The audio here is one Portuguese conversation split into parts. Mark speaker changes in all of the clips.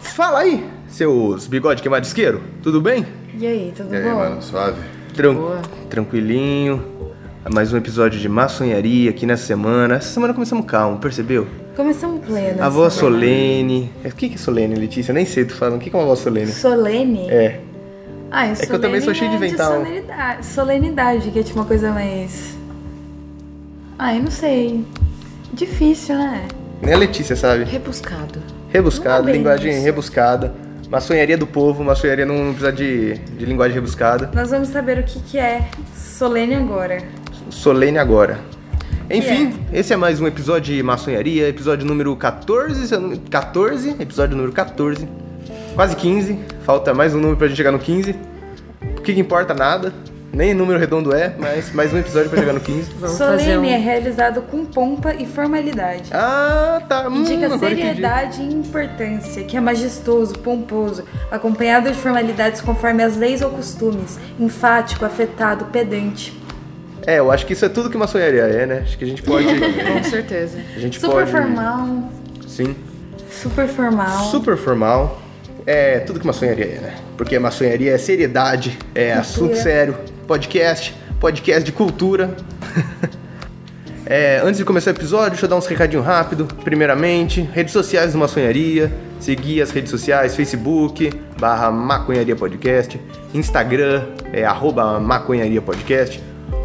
Speaker 1: Fala aí, seus bigode queimado de isqueiro. Tudo bem?
Speaker 2: E aí, tudo
Speaker 3: E aí,
Speaker 2: bom?
Speaker 3: mano, suave?
Speaker 1: Tran-
Speaker 2: Boa.
Speaker 1: Tranquilinho. Mais um episódio de maçonharia aqui na semana. Essa semana começamos calmo, percebeu?
Speaker 2: Começamos plena.
Speaker 1: A voz
Speaker 2: assim.
Speaker 1: solene. É, O que que é solene, Letícia? Eu nem sei o que tu falando. O que que é uma voz solene?
Speaker 2: Solene?
Speaker 1: É.
Speaker 2: Ah,
Speaker 1: É que eu também sou cheio de inventar um.
Speaker 2: Solenidade, solenidade, que é tipo uma coisa mais. Ah, eu não sei. Difícil, né?
Speaker 1: Nem a Letícia, sabe?
Speaker 2: Rebuscado. Não
Speaker 1: Rebuscada,
Speaker 2: é bem
Speaker 1: linguagem
Speaker 2: isso.
Speaker 1: rebuscada. Maçonharia do povo, maçonharia não precisa de, de linguagem rebuscada.
Speaker 2: Nós vamos saber o que, que é solene agora.
Speaker 1: Solene agora. Enfim,
Speaker 2: Que
Speaker 1: esse é mais um episódio de maçonharia, episódio número 14, se eu não- 14, episódio número 14, quase 15, falta mais um número pra gente chegar no 15. O que, que importa nada, nem número redondo é, mas mais um episódio pra chegar no 15.
Speaker 4: Vamos fazer
Speaker 2: solene
Speaker 4: um-
Speaker 2: é realizado com pompa e formalidade.
Speaker 1: Ah, tá. Hum,
Speaker 2: Indica
Speaker 1: agora entendi.
Speaker 2: seriedade e importância, que é majestoso, pomposo, acompanhado de formalidades conforme as leis ou costumes, enfático, afetado, pedante.
Speaker 1: É, eu acho que isso é tudo que maçonharia é, né? Acho que a gente pode.
Speaker 4: Com certeza.
Speaker 1: A gente
Speaker 2: super
Speaker 1: pode...
Speaker 2: formal,
Speaker 1: Sim.
Speaker 2: super formal.
Speaker 1: Super formal. É tudo que maçonharia é, né? Porque maçonharia é seriedade, é assunto sério, podcast, podcast de cultura. É, antes de começar o episódio, deixa eu dar uns recadinhos rápido. Primeiramente, redes sociais do Maçonharia. Seguir as redes sociais, Facebook, barra Maconharia Podcast. Instagram, é arroba Maconharia Podcast.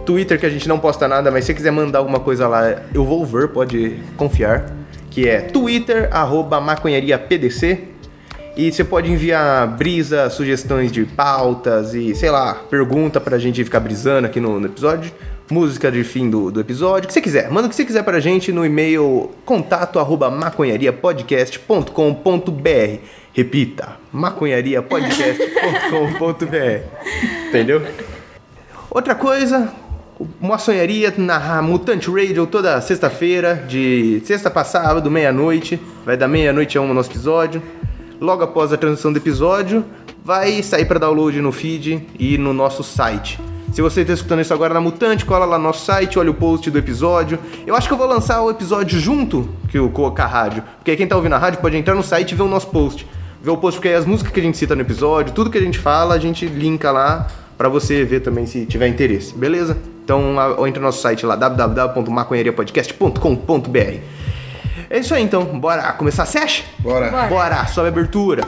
Speaker 1: Twitter, que a gente não posta nada, mas se você quiser mandar alguma coisa lá, eu vou ver, pode confiar. Que é Twitter, arroba Maconharia PDC. E você pode enviar brisa, sugestões de pautas e, sei lá, pergunta pra gente ficar brisando aqui no, no episódio. Música de fim do, do episódio, o que você quiser. Manda o que você quiser pra gente no e-mail contato arroba maconhariapodcast.com.br. Repita, maconhariapodcast.com.br. Entendeu? Outra coisa, uma sonharia na Mutante Radio toda sexta-feira, de sexta pra sábado, meia-noite. Vai dar meia-noite a uma o nosso episódio. Logo após a transmissão do episódio, vai sair pra download no feed e no nosso site. Se você está escutando isso agora na Mutante, cola lá no nosso site, olha o post do episódio. Eu acho que eu vou lançar o episódio junto que o, com a rádio, porque quem tá ouvindo a rádio pode entrar no site e ver o nosso post. Ver o post, porque aí as músicas que a gente cita no episódio, tudo que a gente fala, a gente linka lá pra você ver também se tiver interesse, beleza? Então a- ou entra no nosso site lá, www.maconhariapodcast.com.br. É isso aí então, bora começar a sesh?
Speaker 3: Bora.
Speaker 2: Bora.
Speaker 1: Bora, sobe a abertura.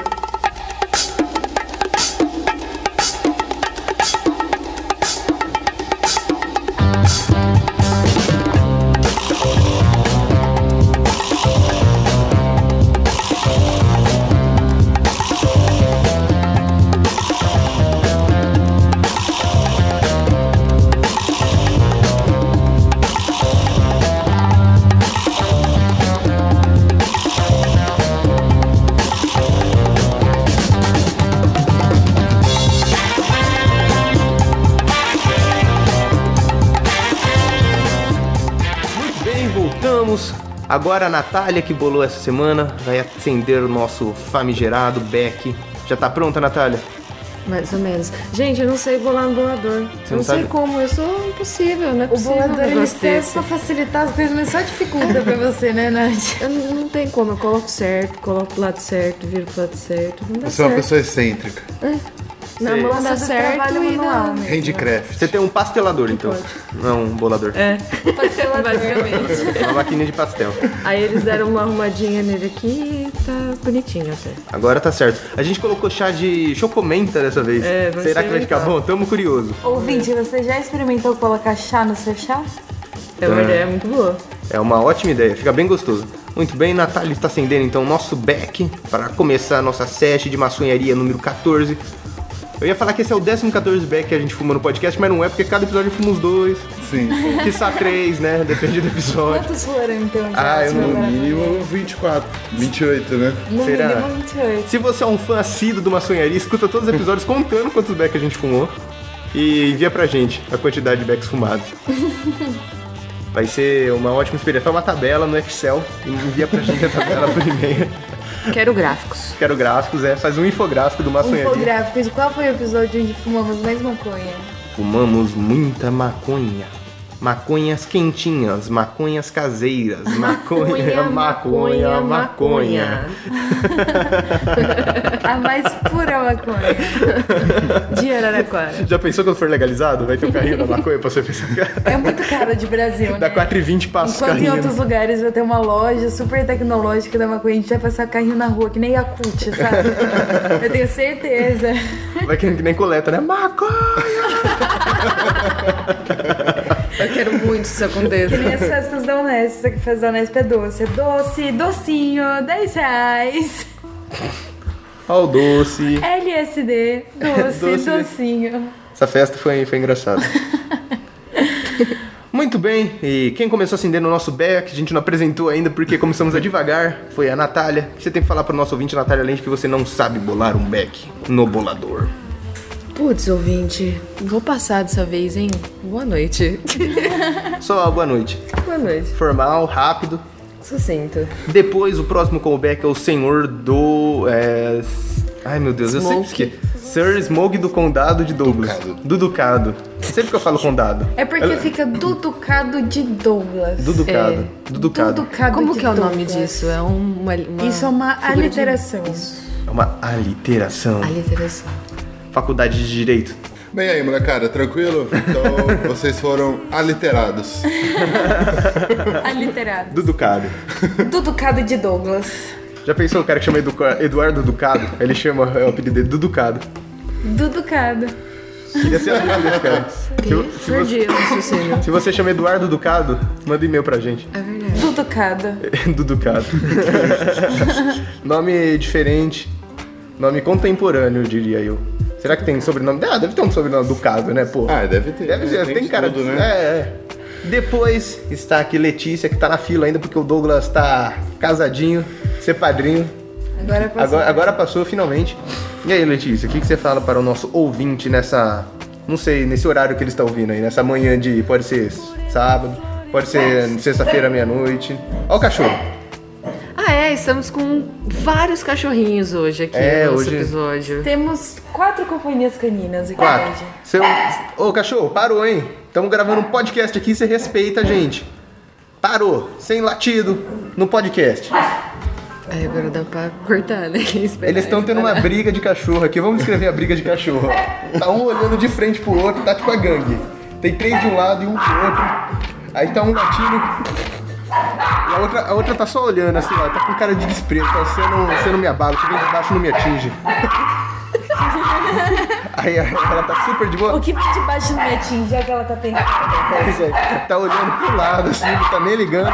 Speaker 1: Muito bem, voltamos. Agora a Natália, que bolou essa semana, vai acender o nosso famigerado Beck. Já tá pronta, Natália?
Speaker 4: Mais ou menos. Gente, eu não sei bolar no
Speaker 1: Você
Speaker 4: bolador. eu
Speaker 1: não
Speaker 4: não
Speaker 1: sabe?
Speaker 4: sei como, eu sou impossível, não é
Speaker 2: O
Speaker 4: possível. um
Speaker 2: bolador ele
Speaker 4: negócio
Speaker 2: serve
Speaker 4: desse.
Speaker 2: pra facilitar as coisas, mas só dificulta pra você, né, Nath?
Speaker 4: Eu não não tem como, eu coloco certo, coloco pro lado certo, viro pro lado certo. Não dá
Speaker 3: Você é uma
Speaker 4: certo.
Speaker 3: pessoa excêntrica.
Speaker 4: Na mão dá
Speaker 2: Nossa,
Speaker 4: certo
Speaker 2: trabalho
Speaker 4: e
Speaker 2: manual,
Speaker 4: não.
Speaker 2: né?
Speaker 3: Handicraft.
Speaker 1: Você tem um pastelador, então. Não, um bolador.
Speaker 4: É, basicamente.
Speaker 1: É Uma maquininha de pastel.
Speaker 4: Aí eles deram uma arrumadinha nele aqui e tá bonitinho até.
Speaker 1: Agora tá certo. A gente colocou chá de chocomenta dessa vez.
Speaker 4: É, vai
Speaker 1: Será
Speaker 4: ser
Speaker 1: que vai ficar
Speaker 4: legal.
Speaker 1: bom? Tamo curioso.
Speaker 2: Ouvinte, você já experimentou colocar chá no seu chá?
Speaker 4: É
Speaker 1: Ah.
Speaker 4: uma ideia muito boa.
Speaker 1: É uma ótima ideia, fica bem gostoso. Muito bem, Natália está acendendo então o nosso back para começar a nossa sete de maçonharia número 14. Eu ia falar que esse é o 14 back que a gente fuma no podcast, mas não é, porque cada episódio fuma uns dois,
Speaker 3: Sim.
Speaker 1: quiçá três, né? Depende do episódio.
Speaker 2: Quantos foram então já?
Speaker 1: Ah, eu
Speaker 3: No
Speaker 1: não.
Speaker 3: mínimo 24. 28, né?
Speaker 2: No
Speaker 1: será?
Speaker 2: mínimo 28.
Speaker 1: Se você é um fã assíduo do maçonharia, escuta todos os episódios contando quantos back a gente fumou e envia pra gente a quantidade de backs fumados. Vai ser uma ótima experiência. Faz uma tabela no Excel e envia pra gente a tabela por e-mail.
Speaker 4: Quero gráficos.
Speaker 1: Quero gráficos, é. Faz um infográfico do
Speaker 2: Um
Speaker 1: maçonharia.
Speaker 2: infográfico de qual foi o episódio onde fumamos mais maconha?
Speaker 1: Fumamos muita maconha. Maconhas quentinhas, maconhas caseiras, maconha,
Speaker 4: Maconha,
Speaker 1: maconha, maconha.
Speaker 2: A mais pura maconha.
Speaker 4: De Araraquara.
Speaker 1: Já pensou quando for legalizado? Vai ter um carrinho da maconha pra você pensar.
Speaker 2: É muito cara de Brasil,
Speaker 1: Dá
Speaker 2: né?
Speaker 1: 4,20 passa o
Speaker 2: Enquanto em
Speaker 1: carrinho.
Speaker 2: outros lugares vai ter uma loja super tecnológica da maconha, a gente vai passar carrinho na rua, que nem Yakut, sabe? Eu tenho certeza.
Speaker 1: Vai querendo que nem coleta, né? Maconha!
Speaker 4: Eu quero muito que isso
Speaker 2: Que
Speaker 4: aconteça.
Speaker 2: nem as festas da Unesp, só que festa da Unesp é doce. É doce, docinho, 10 reais.
Speaker 1: Ó o doce.
Speaker 2: LSD, doce, né?
Speaker 1: Doce.
Speaker 2: docinho.
Speaker 1: Essa festa foi, foi engraçada. Muito bem, e quem começou a acender no nosso beck, a gente não apresentou ainda porque começamos a devagar, foi a Natália. O que Você tem que falar pro nosso ouvinte, Natália, além de que você não sabe bolar um beck no bolador.
Speaker 4: Putz, ouvinte, vou passar dessa vez, hein? Boa noite.
Speaker 1: Só boa noite.
Speaker 4: Boa noite.
Speaker 1: Formal, rápido.
Speaker 4: Sucinto.
Speaker 1: Depois, o próximo callback é o senhor do. é, s- Ai meu Deus, eu sempre
Speaker 4: Smoke.
Speaker 1: esqueço. Sir Smog do Condado de Douglas.
Speaker 3: Ducado.
Speaker 1: Do Ducado. Sempre que eu falo condado.
Speaker 2: É porque fica Duducado de Douglas.
Speaker 1: Do Ducado.
Speaker 2: É,
Speaker 1: Do Ducado.
Speaker 2: Duducado
Speaker 4: Como
Speaker 2: de
Speaker 4: que é o nome
Speaker 2: Douglas.
Speaker 4: disso? É um- uma, uma-
Speaker 2: Isso é uma
Speaker 4: figura de-
Speaker 2: aliteração.
Speaker 4: Isso.
Speaker 1: É uma aliteração.
Speaker 4: Aliteração.
Speaker 1: Faculdade de Direito.
Speaker 3: Bem aí, molecada, tranquilo? Então vocês foram aliterados.
Speaker 2: Aliterado.
Speaker 1: Do Ducado.
Speaker 2: Duducado de Douglas.
Speaker 1: Já pensou o cara que chama Educa- Eduardo Ducado? Ele chama é, o apelido dele do Ducado.
Speaker 2: Duducado.
Speaker 1: Queria ser amigo desse cara.
Speaker 4: Que?
Speaker 1: se você-
Speaker 4: Perdi né, o raciocínio.
Speaker 1: Se você chama Eduardo Ducado, manda e-mail pra gente.
Speaker 4: É verdade.
Speaker 2: Duducado.
Speaker 1: do Ducado. nome diferente. Nome contemporâneo, diria eu. Será que tem sobrenome? Ah, deve ter um sobrenome Ducado, né, pô?
Speaker 3: Ah, deve ter.
Speaker 1: Deve
Speaker 3: né?
Speaker 1: ser, tem
Speaker 3: de
Speaker 1: cara
Speaker 3: tudo,
Speaker 1: de-
Speaker 3: né?
Speaker 1: É, é. Depois está aqui Letícia, que tá na fila ainda, porque o Douglas tá casadinho, ser padrinho.
Speaker 2: Agora passou.
Speaker 1: Agora, agora passou finalmente. E aí, Letícia, o que, que você fala para o nosso ouvinte nessa. Não sei, nesse horário que ele está ouvindo aí, nessa manhã de. Pode ser sábado, pode ser sexta-feira, meia-noite. Ó o cachorro.
Speaker 4: Ah, é, estamos com vários cachorrinhos hoje aqui
Speaker 1: É,
Speaker 4: no nosso
Speaker 1: hoje-
Speaker 4: episódio.
Speaker 2: Temos quatro companhias caninas aqui
Speaker 1: Quatro.
Speaker 2: hoje.
Speaker 1: Seu... Ô, cachorro, parou, hein? Estamos gravando um podcast aqui, você respeita a gente. Parou, sem latido, no podcast.
Speaker 4: Aí É, agora dá pra cortar, né? Esperar.
Speaker 1: Eles estão tendo uma briga de cachorro aqui. Vamos escrever a briga de cachorro. Tá um olhando de frente pro outro, tá tipo a gangue. Tem três de um lado e um pro outro. Aí tá um latindo. E a outra, a outra tá só olhando assim, ó. Tá com cara de desprezo. Tá, você, não, você não me abala, você vem de baixo não me atinge. Aí ela tá super de boa.
Speaker 2: O que de baixo não me atinge é o que ela tá pensando.
Speaker 1: Pois é, tá olhando pro lado assim, não tá nem ligando.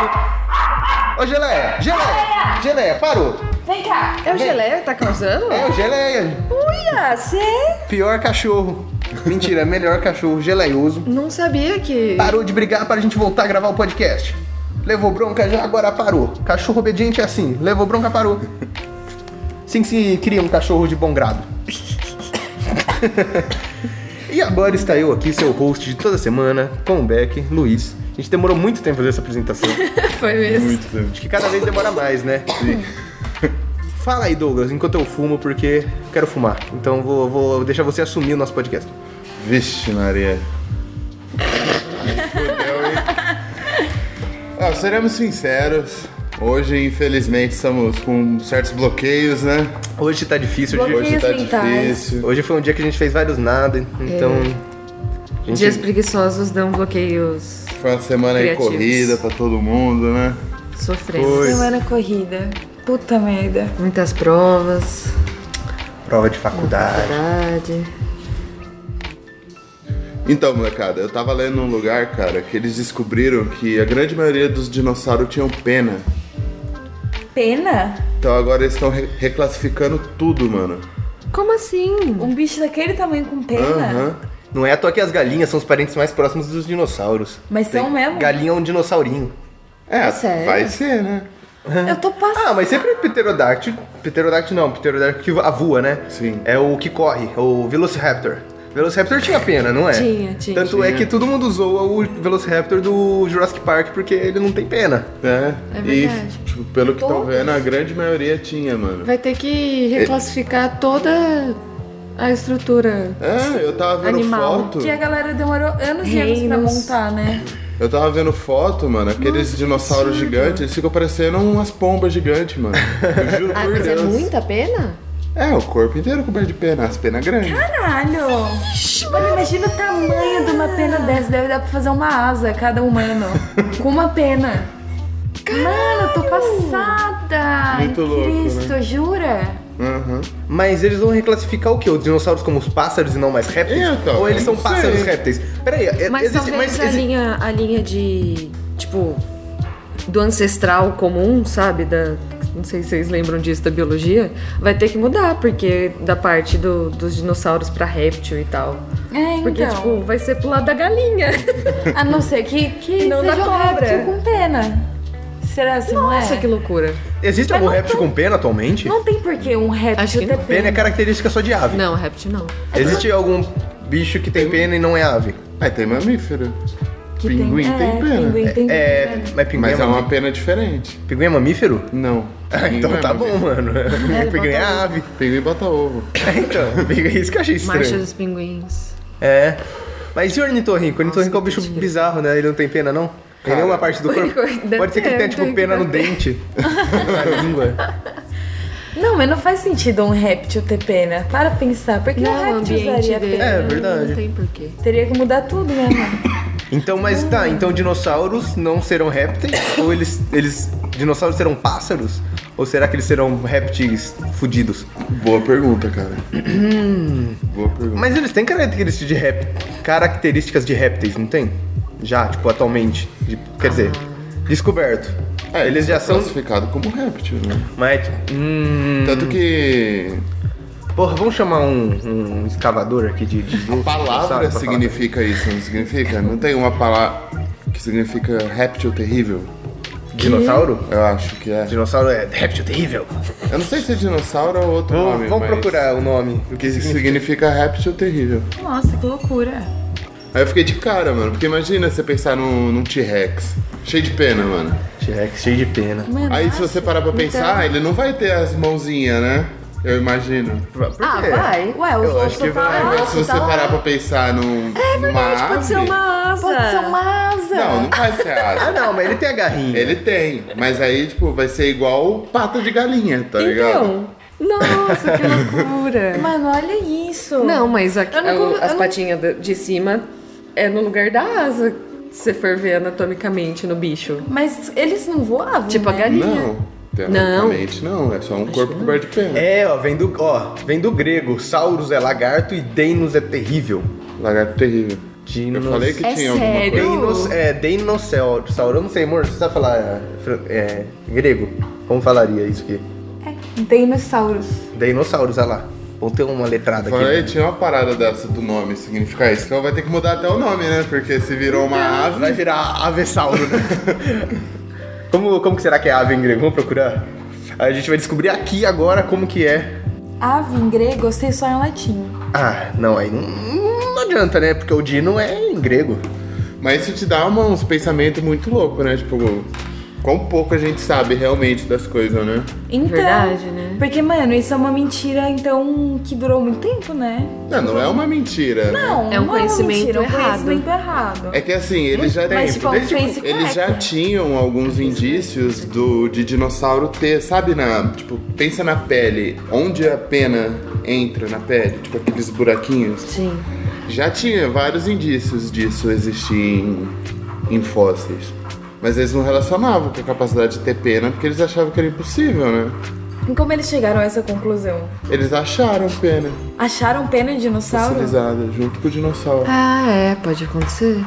Speaker 1: Ô Geleia! Geleia! Geleia, parou!
Speaker 2: Vem cá!
Speaker 4: É o geleia que tá causando?
Speaker 1: É o Geleia!
Speaker 2: Uia, você?
Speaker 1: Pior cachorro. Mentira, é melhor cachorro, geleioso.
Speaker 4: Não sabia que.
Speaker 1: Parou de brigar para a gente voltar a gravar o podcast. Levou bronca já, agora parou. Cachorro obediente é assim, levou bronca, parou. Assim que se cria um cachorro de bom grado. e agora está eu aqui, seu host de toda semana, com o Beck, Luiz. A gente demorou muito tempo a fazer essa apresentação.
Speaker 4: Foi mesmo.
Speaker 3: Muito tempo.
Speaker 1: Acho que cada vez demora mais, né? Fala aí, Douglas, enquanto eu fumo, porque quero fumar. Então vou, vou deixar você assumir o nosso podcast.
Speaker 3: Vixe, Maria. Fudeu, hein? Ah, seremos sinceros. Hoje, infelizmente, estamos com certos bloqueios, né?
Speaker 1: Hoje tá difícil, hoje,
Speaker 2: Bloqueios
Speaker 3: Hoje tá
Speaker 2: mentais.
Speaker 3: difícil.
Speaker 1: hoje foi um dia que a gente fez vários nada, então. a gente-
Speaker 4: Dias preguiçosos dão bloqueios
Speaker 3: Foi uma semana aí
Speaker 4: Criativos.
Speaker 3: corrida pra todo mundo, né?
Speaker 4: sofrentes.
Speaker 2: Semana corrida. Puta merda.
Speaker 4: é? Muitas provas,
Speaker 1: Prova de faculdade.
Speaker 4: verdade.
Speaker 3: Então, molecada, eu tava lendo num lugar, cara, que eles descobriram que a grande maioria dos dinossauros tinham pena.
Speaker 2: Pena?
Speaker 3: Então agora eles estão re- reclassificando tudo, mano.
Speaker 4: Como assim?
Speaker 2: Um bicho daquele tamanho com pena?
Speaker 3: Aham.
Speaker 1: Não é à toa que as galinhas são os parentes mais próximos dos dinossauros.
Speaker 2: Mas são mesmo?
Speaker 1: Galinha é um dinossaurinho.
Speaker 3: É,
Speaker 4: Sério?
Speaker 3: vai ser, né?
Speaker 2: Eu tô passando.
Speaker 1: Ah, mas sempre pterodáctilo. Pterodáctilo não, pterodáctilo que avua, né?
Speaker 3: Sim.
Speaker 1: É o que corre, o Velociraptor. Velociraptor tinha pena, não é?
Speaker 4: Tinha, tinha.
Speaker 1: Tanto é que todo mundo zoa o Velociraptor do Jurassic Park porque ele não tem pena.
Speaker 3: É,
Speaker 4: É
Speaker 3: E,
Speaker 4: verdade.
Speaker 3: tipo, pelo que estão
Speaker 2: Todos.
Speaker 3: vendo, a grande maioria tinha, mano.
Speaker 4: Vai ter que reclassificar toda a estrutura.
Speaker 3: É, eu tava vendo
Speaker 4: Animal.
Speaker 3: foto.
Speaker 2: Que a galera demorou anos e anos pra
Speaker 4: Reinos.
Speaker 2: montar, né?
Speaker 3: Eu tava vendo foto, mano, aqueles dinossauros gigantes, eles ficam parecendo umas pombas gigantes, mano. Eu juro
Speaker 5: Ah,
Speaker 3: por
Speaker 5: mas é
Speaker 3: Deus.
Speaker 5: muita pena?
Speaker 3: É, o corpo inteiro coberto de pena, as penas grandes.
Speaker 2: Caralho! Mano, imagina o tamanho de uma pena dessa. Deve dar pra fazer uma asa cada humano. Com uma pena. Mano, eu tô passada!
Speaker 3: Muito louco, né?
Speaker 2: Cristo, jura?
Speaker 3: Aham.
Speaker 1: Mas eles vão reclassificar o quê? Os dinossauros como os pássaros e não mais répteis?
Speaker 3: Então,
Speaker 1: Ou eles são
Speaker 3: não sei.
Speaker 1: pássaros répteis? Peraí, é-
Speaker 4: Mas
Speaker 1: existe,
Speaker 4: talvez
Speaker 1: mas
Speaker 4: a,
Speaker 1: exi-
Speaker 4: linha, a linha de. Tipo. Do ancestral comum, sabe? Da, não sei se vocês lembram disso da biologia. Vai ter que mudar, porque da parte do- dos dinossauros pra réptil e tal.
Speaker 2: É, então.
Speaker 4: Porque, tipo, vai ser pro lado da galinha.
Speaker 2: A não ser que, que
Speaker 4: Não
Speaker 2: seja
Speaker 4: dá
Speaker 2: um
Speaker 4: cobra.
Speaker 2: réptil com pena. Será assim, não é?
Speaker 4: Nossa, que loucura.
Speaker 1: existe algum réptil com pena atualmente?
Speaker 2: Não tem por que um
Speaker 4: Acho
Speaker 2: réptil
Speaker 4: que
Speaker 2: ter
Speaker 4: não.
Speaker 1: Pena é característica só de ave.
Speaker 4: Não, réptil não.
Speaker 1: Existe algum bicho que tem pena e não é ave?
Speaker 3: Aí tem mamífero.
Speaker 2: Que
Speaker 3: pinguim tem,
Speaker 2: é,
Speaker 3: pena.
Speaker 2: Pinguim tem
Speaker 1: É,
Speaker 2: pena.
Speaker 1: mas pinguim,
Speaker 3: Mas
Speaker 1: é
Speaker 3: é
Speaker 1: mam-
Speaker 3: uma pena diferente.
Speaker 1: pinguim é mamífero?
Speaker 3: Não. Pinguim
Speaker 1: então
Speaker 3: é
Speaker 1: tá bom,
Speaker 3: mamífero.
Speaker 1: mano.
Speaker 4: então tá
Speaker 1: pinguim é ave.
Speaker 3: Pinguim bota ovo.
Speaker 1: então, pinguim- isso que eu achei estranho.
Speaker 4: Marcha dos pinguins.
Speaker 1: É. Mas e o ornitorrinco? O ornitorrinco é um bicho bizarro, né? Ele não tem pena, não? Tem
Speaker 3: Cara,
Speaker 1: nenhuma parte do corpo.
Speaker 4: ornitorrinco deve
Speaker 1: Pode ser que
Speaker 4: ter,
Speaker 1: ele tenha, tipo,
Speaker 4: ornitorrinco
Speaker 1: pena no
Speaker 4: deve
Speaker 1: dente. Na língua.
Speaker 2: Não, mas não faz sentido um réptil ter pena. Para pensar, por que
Speaker 4: Não,
Speaker 2: um
Speaker 4: o
Speaker 2: réptil
Speaker 4: ambiente
Speaker 2: usaria
Speaker 4: dele.
Speaker 2: pena?
Speaker 1: É, verdade.
Speaker 4: Não tem porquê.
Speaker 2: Teria que mudar tudo, né, mano?
Speaker 1: Então, mas tá, então dinossauros não serão répteis? ou eles, eles. Dinossauros serão pássaros? Ou será que eles serão répteis fudidos?
Speaker 3: Boa pergunta, cara. Boa pergunta.
Speaker 1: Mas eles têm características de, rép... características de répteis, não tem? Já, tipo, atualmente. De- Quer dizer, descoberto.
Speaker 3: É,
Speaker 1: eles já são.
Speaker 3: classificados como réptil, né?
Speaker 1: Mas. Hum.
Speaker 3: Tanto que
Speaker 1: Porra, vamos chamar um, um escavador aqui de. de
Speaker 3: a
Speaker 1: dinossauro
Speaker 3: palavra
Speaker 1: pra falar.
Speaker 3: significa isso, não significa? Não tem uma palavra que significa réptil terrível?
Speaker 1: Dinossauro?
Speaker 3: Eu acho que é.
Speaker 1: Dinossauro é réptil terrível.
Speaker 3: Eu não sei se é dinossauro ou outro
Speaker 1: Vamos,
Speaker 3: nome,
Speaker 1: vamos
Speaker 3: mas
Speaker 1: procurar o nome. O
Speaker 3: Que significa réptil terrível.
Speaker 2: Nossa, que loucura.
Speaker 3: Aí eu fiquei de cara, mano, porque imagina você pensar num, num T-Rex, cheio de pena, mano.
Speaker 1: T-Rex, cheio de pena.
Speaker 2: Mano,
Speaker 3: Aí se você parar pra pensar, ele não vai ter as mãozinhas, né? Eu imagino.
Speaker 1: Por quê?
Speaker 4: Ah, vai.
Speaker 2: Ué, os
Speaker 1: Eu acho
Speaker 2: ossos
Speaker 1: que
Speaker 2: tá
Speaker 1: vai.
Speaker 2: lá,
Speaker 3: Agora, se
Speaker 2: osso
Speaker 3: você
Speaker 2: tá lá.
Speaker 3: parar pra pensar num, é numa
Speaker 4: Pode ser
Speaker 3: ave-
Speaker 4: uma asa.
Speaker 2: Pode ser uma asa.
Speaker 3: Não, não vai ser
Speaker 1: Ah,
Speaker 3: asa.
Speaker 1: não, mas ele tem a garrinha.
Speaker 3: Ele tem, mas aí, tipo, vai ser igual pata de galinha, tá ligado?
Speaker 4: Então. Nossa, que loucura.
Speaker 2: Mano, olha isso.
Speaker 4: Não, mas aqui,
Speaker 2: Eu não
Speaker 4: o-
Speaker 2: conv-
Speaker 4: as
Speaker 2: eu não-
Speaker 4: patinhas de- de cima é no lugar da asa, se você for ver anatomicamente no bicho.
Speaker 2: Mas eles não voavam,
Speaker 4: Tipo a
Speaker 2: né?
Speaker 4: galinha.
Speaker 3: Não, teoricamente não. É só um corpo coberto de pena.
Speaker 1: É, ó, vem do, ó, vem do grego. Saurus é lagarto e Deinos é terrível.
Speaker 3: Lagarto terrível. Eu
Speaker 1: Dinos...
Speaker 3: falei que
Speaker 5: É
Speaker 3: tinha alguma
Speaker 5: sério?
Speaker 3: coisa.
Speaker 1: Deinos, é, Deinossauro. Eu não sei, amor, você sabe falar é, fran- é, grego? Como falaria isso aqui?
Speaker 2: É, dinossauros.
Speaker 1: Dinossauros, olha lá. Vou ter uma letrada
Speaker 3: Eu
Speaker 1: aqui.
Speaker 3: Falei, tinha uma parada dessa do nome significar isso. Então vai ter que mudar até o nome, né? Porque se virou uma ave.
Speaker 1: Vai virar avessauro, né? como, como que será que é ave em grego? Vamos procurar? A gente vai descobrir aqui agora como que é.
Speaker 2: Ave em grego, eu sei só em latim.
Speaker 1: Ah, não, aí não, não adianta, né? Porque o dino é em grego.
Speaker 3: Mas isso te dá uma- uns pensamentos muito loucos, né? Tipo, quão pouco a gente sabe realmente das coisas, né?
Speaker 2: Então,
Speaker 4: Verdade, né?
Speaker 2: Porque, mano, isso é uma mentira, então, que durou muito tempo, né?
Speaker 3: Não, não é uma mentira. né?
Speaker 2: Não,
Speaker 4: É um
Speaker 2: não
Speaker 4: conhecimento
Speaker 2: é uma mentira, é um
Speaker 4: errado.
Speaker 2: conhecimento errado.
Speaker 3: É que assim, eles já
Speaker 2: Mas, tipo,
Speaker 3: eles,
Speaker 2: face
Speaker 3: eles já
Speaker 2: correct.
Speaker 3: tinham alguns indícios do de dinossauro ter, sabe na, tipo, pensa na pele, onde a pena entra na pele, tipo aqueles buraquinhos.
Speaker 4: Sim.
Speaker 3: Já tinha vários indícios disso existir em, em fósseis. Mas eles não relacionavam com a capacidade de ter pena, porque eles achavam que era impossível, né?
Speaker 2: E como eles chegaram a essa conclusão?
Speaker 3: Eles acharam pena
Speaker 2: Acharam pena de dinossauro?
Speaker 3: fossilizada junto com o dinossauro.
Speaker 4: Ah, é, pode acontecer.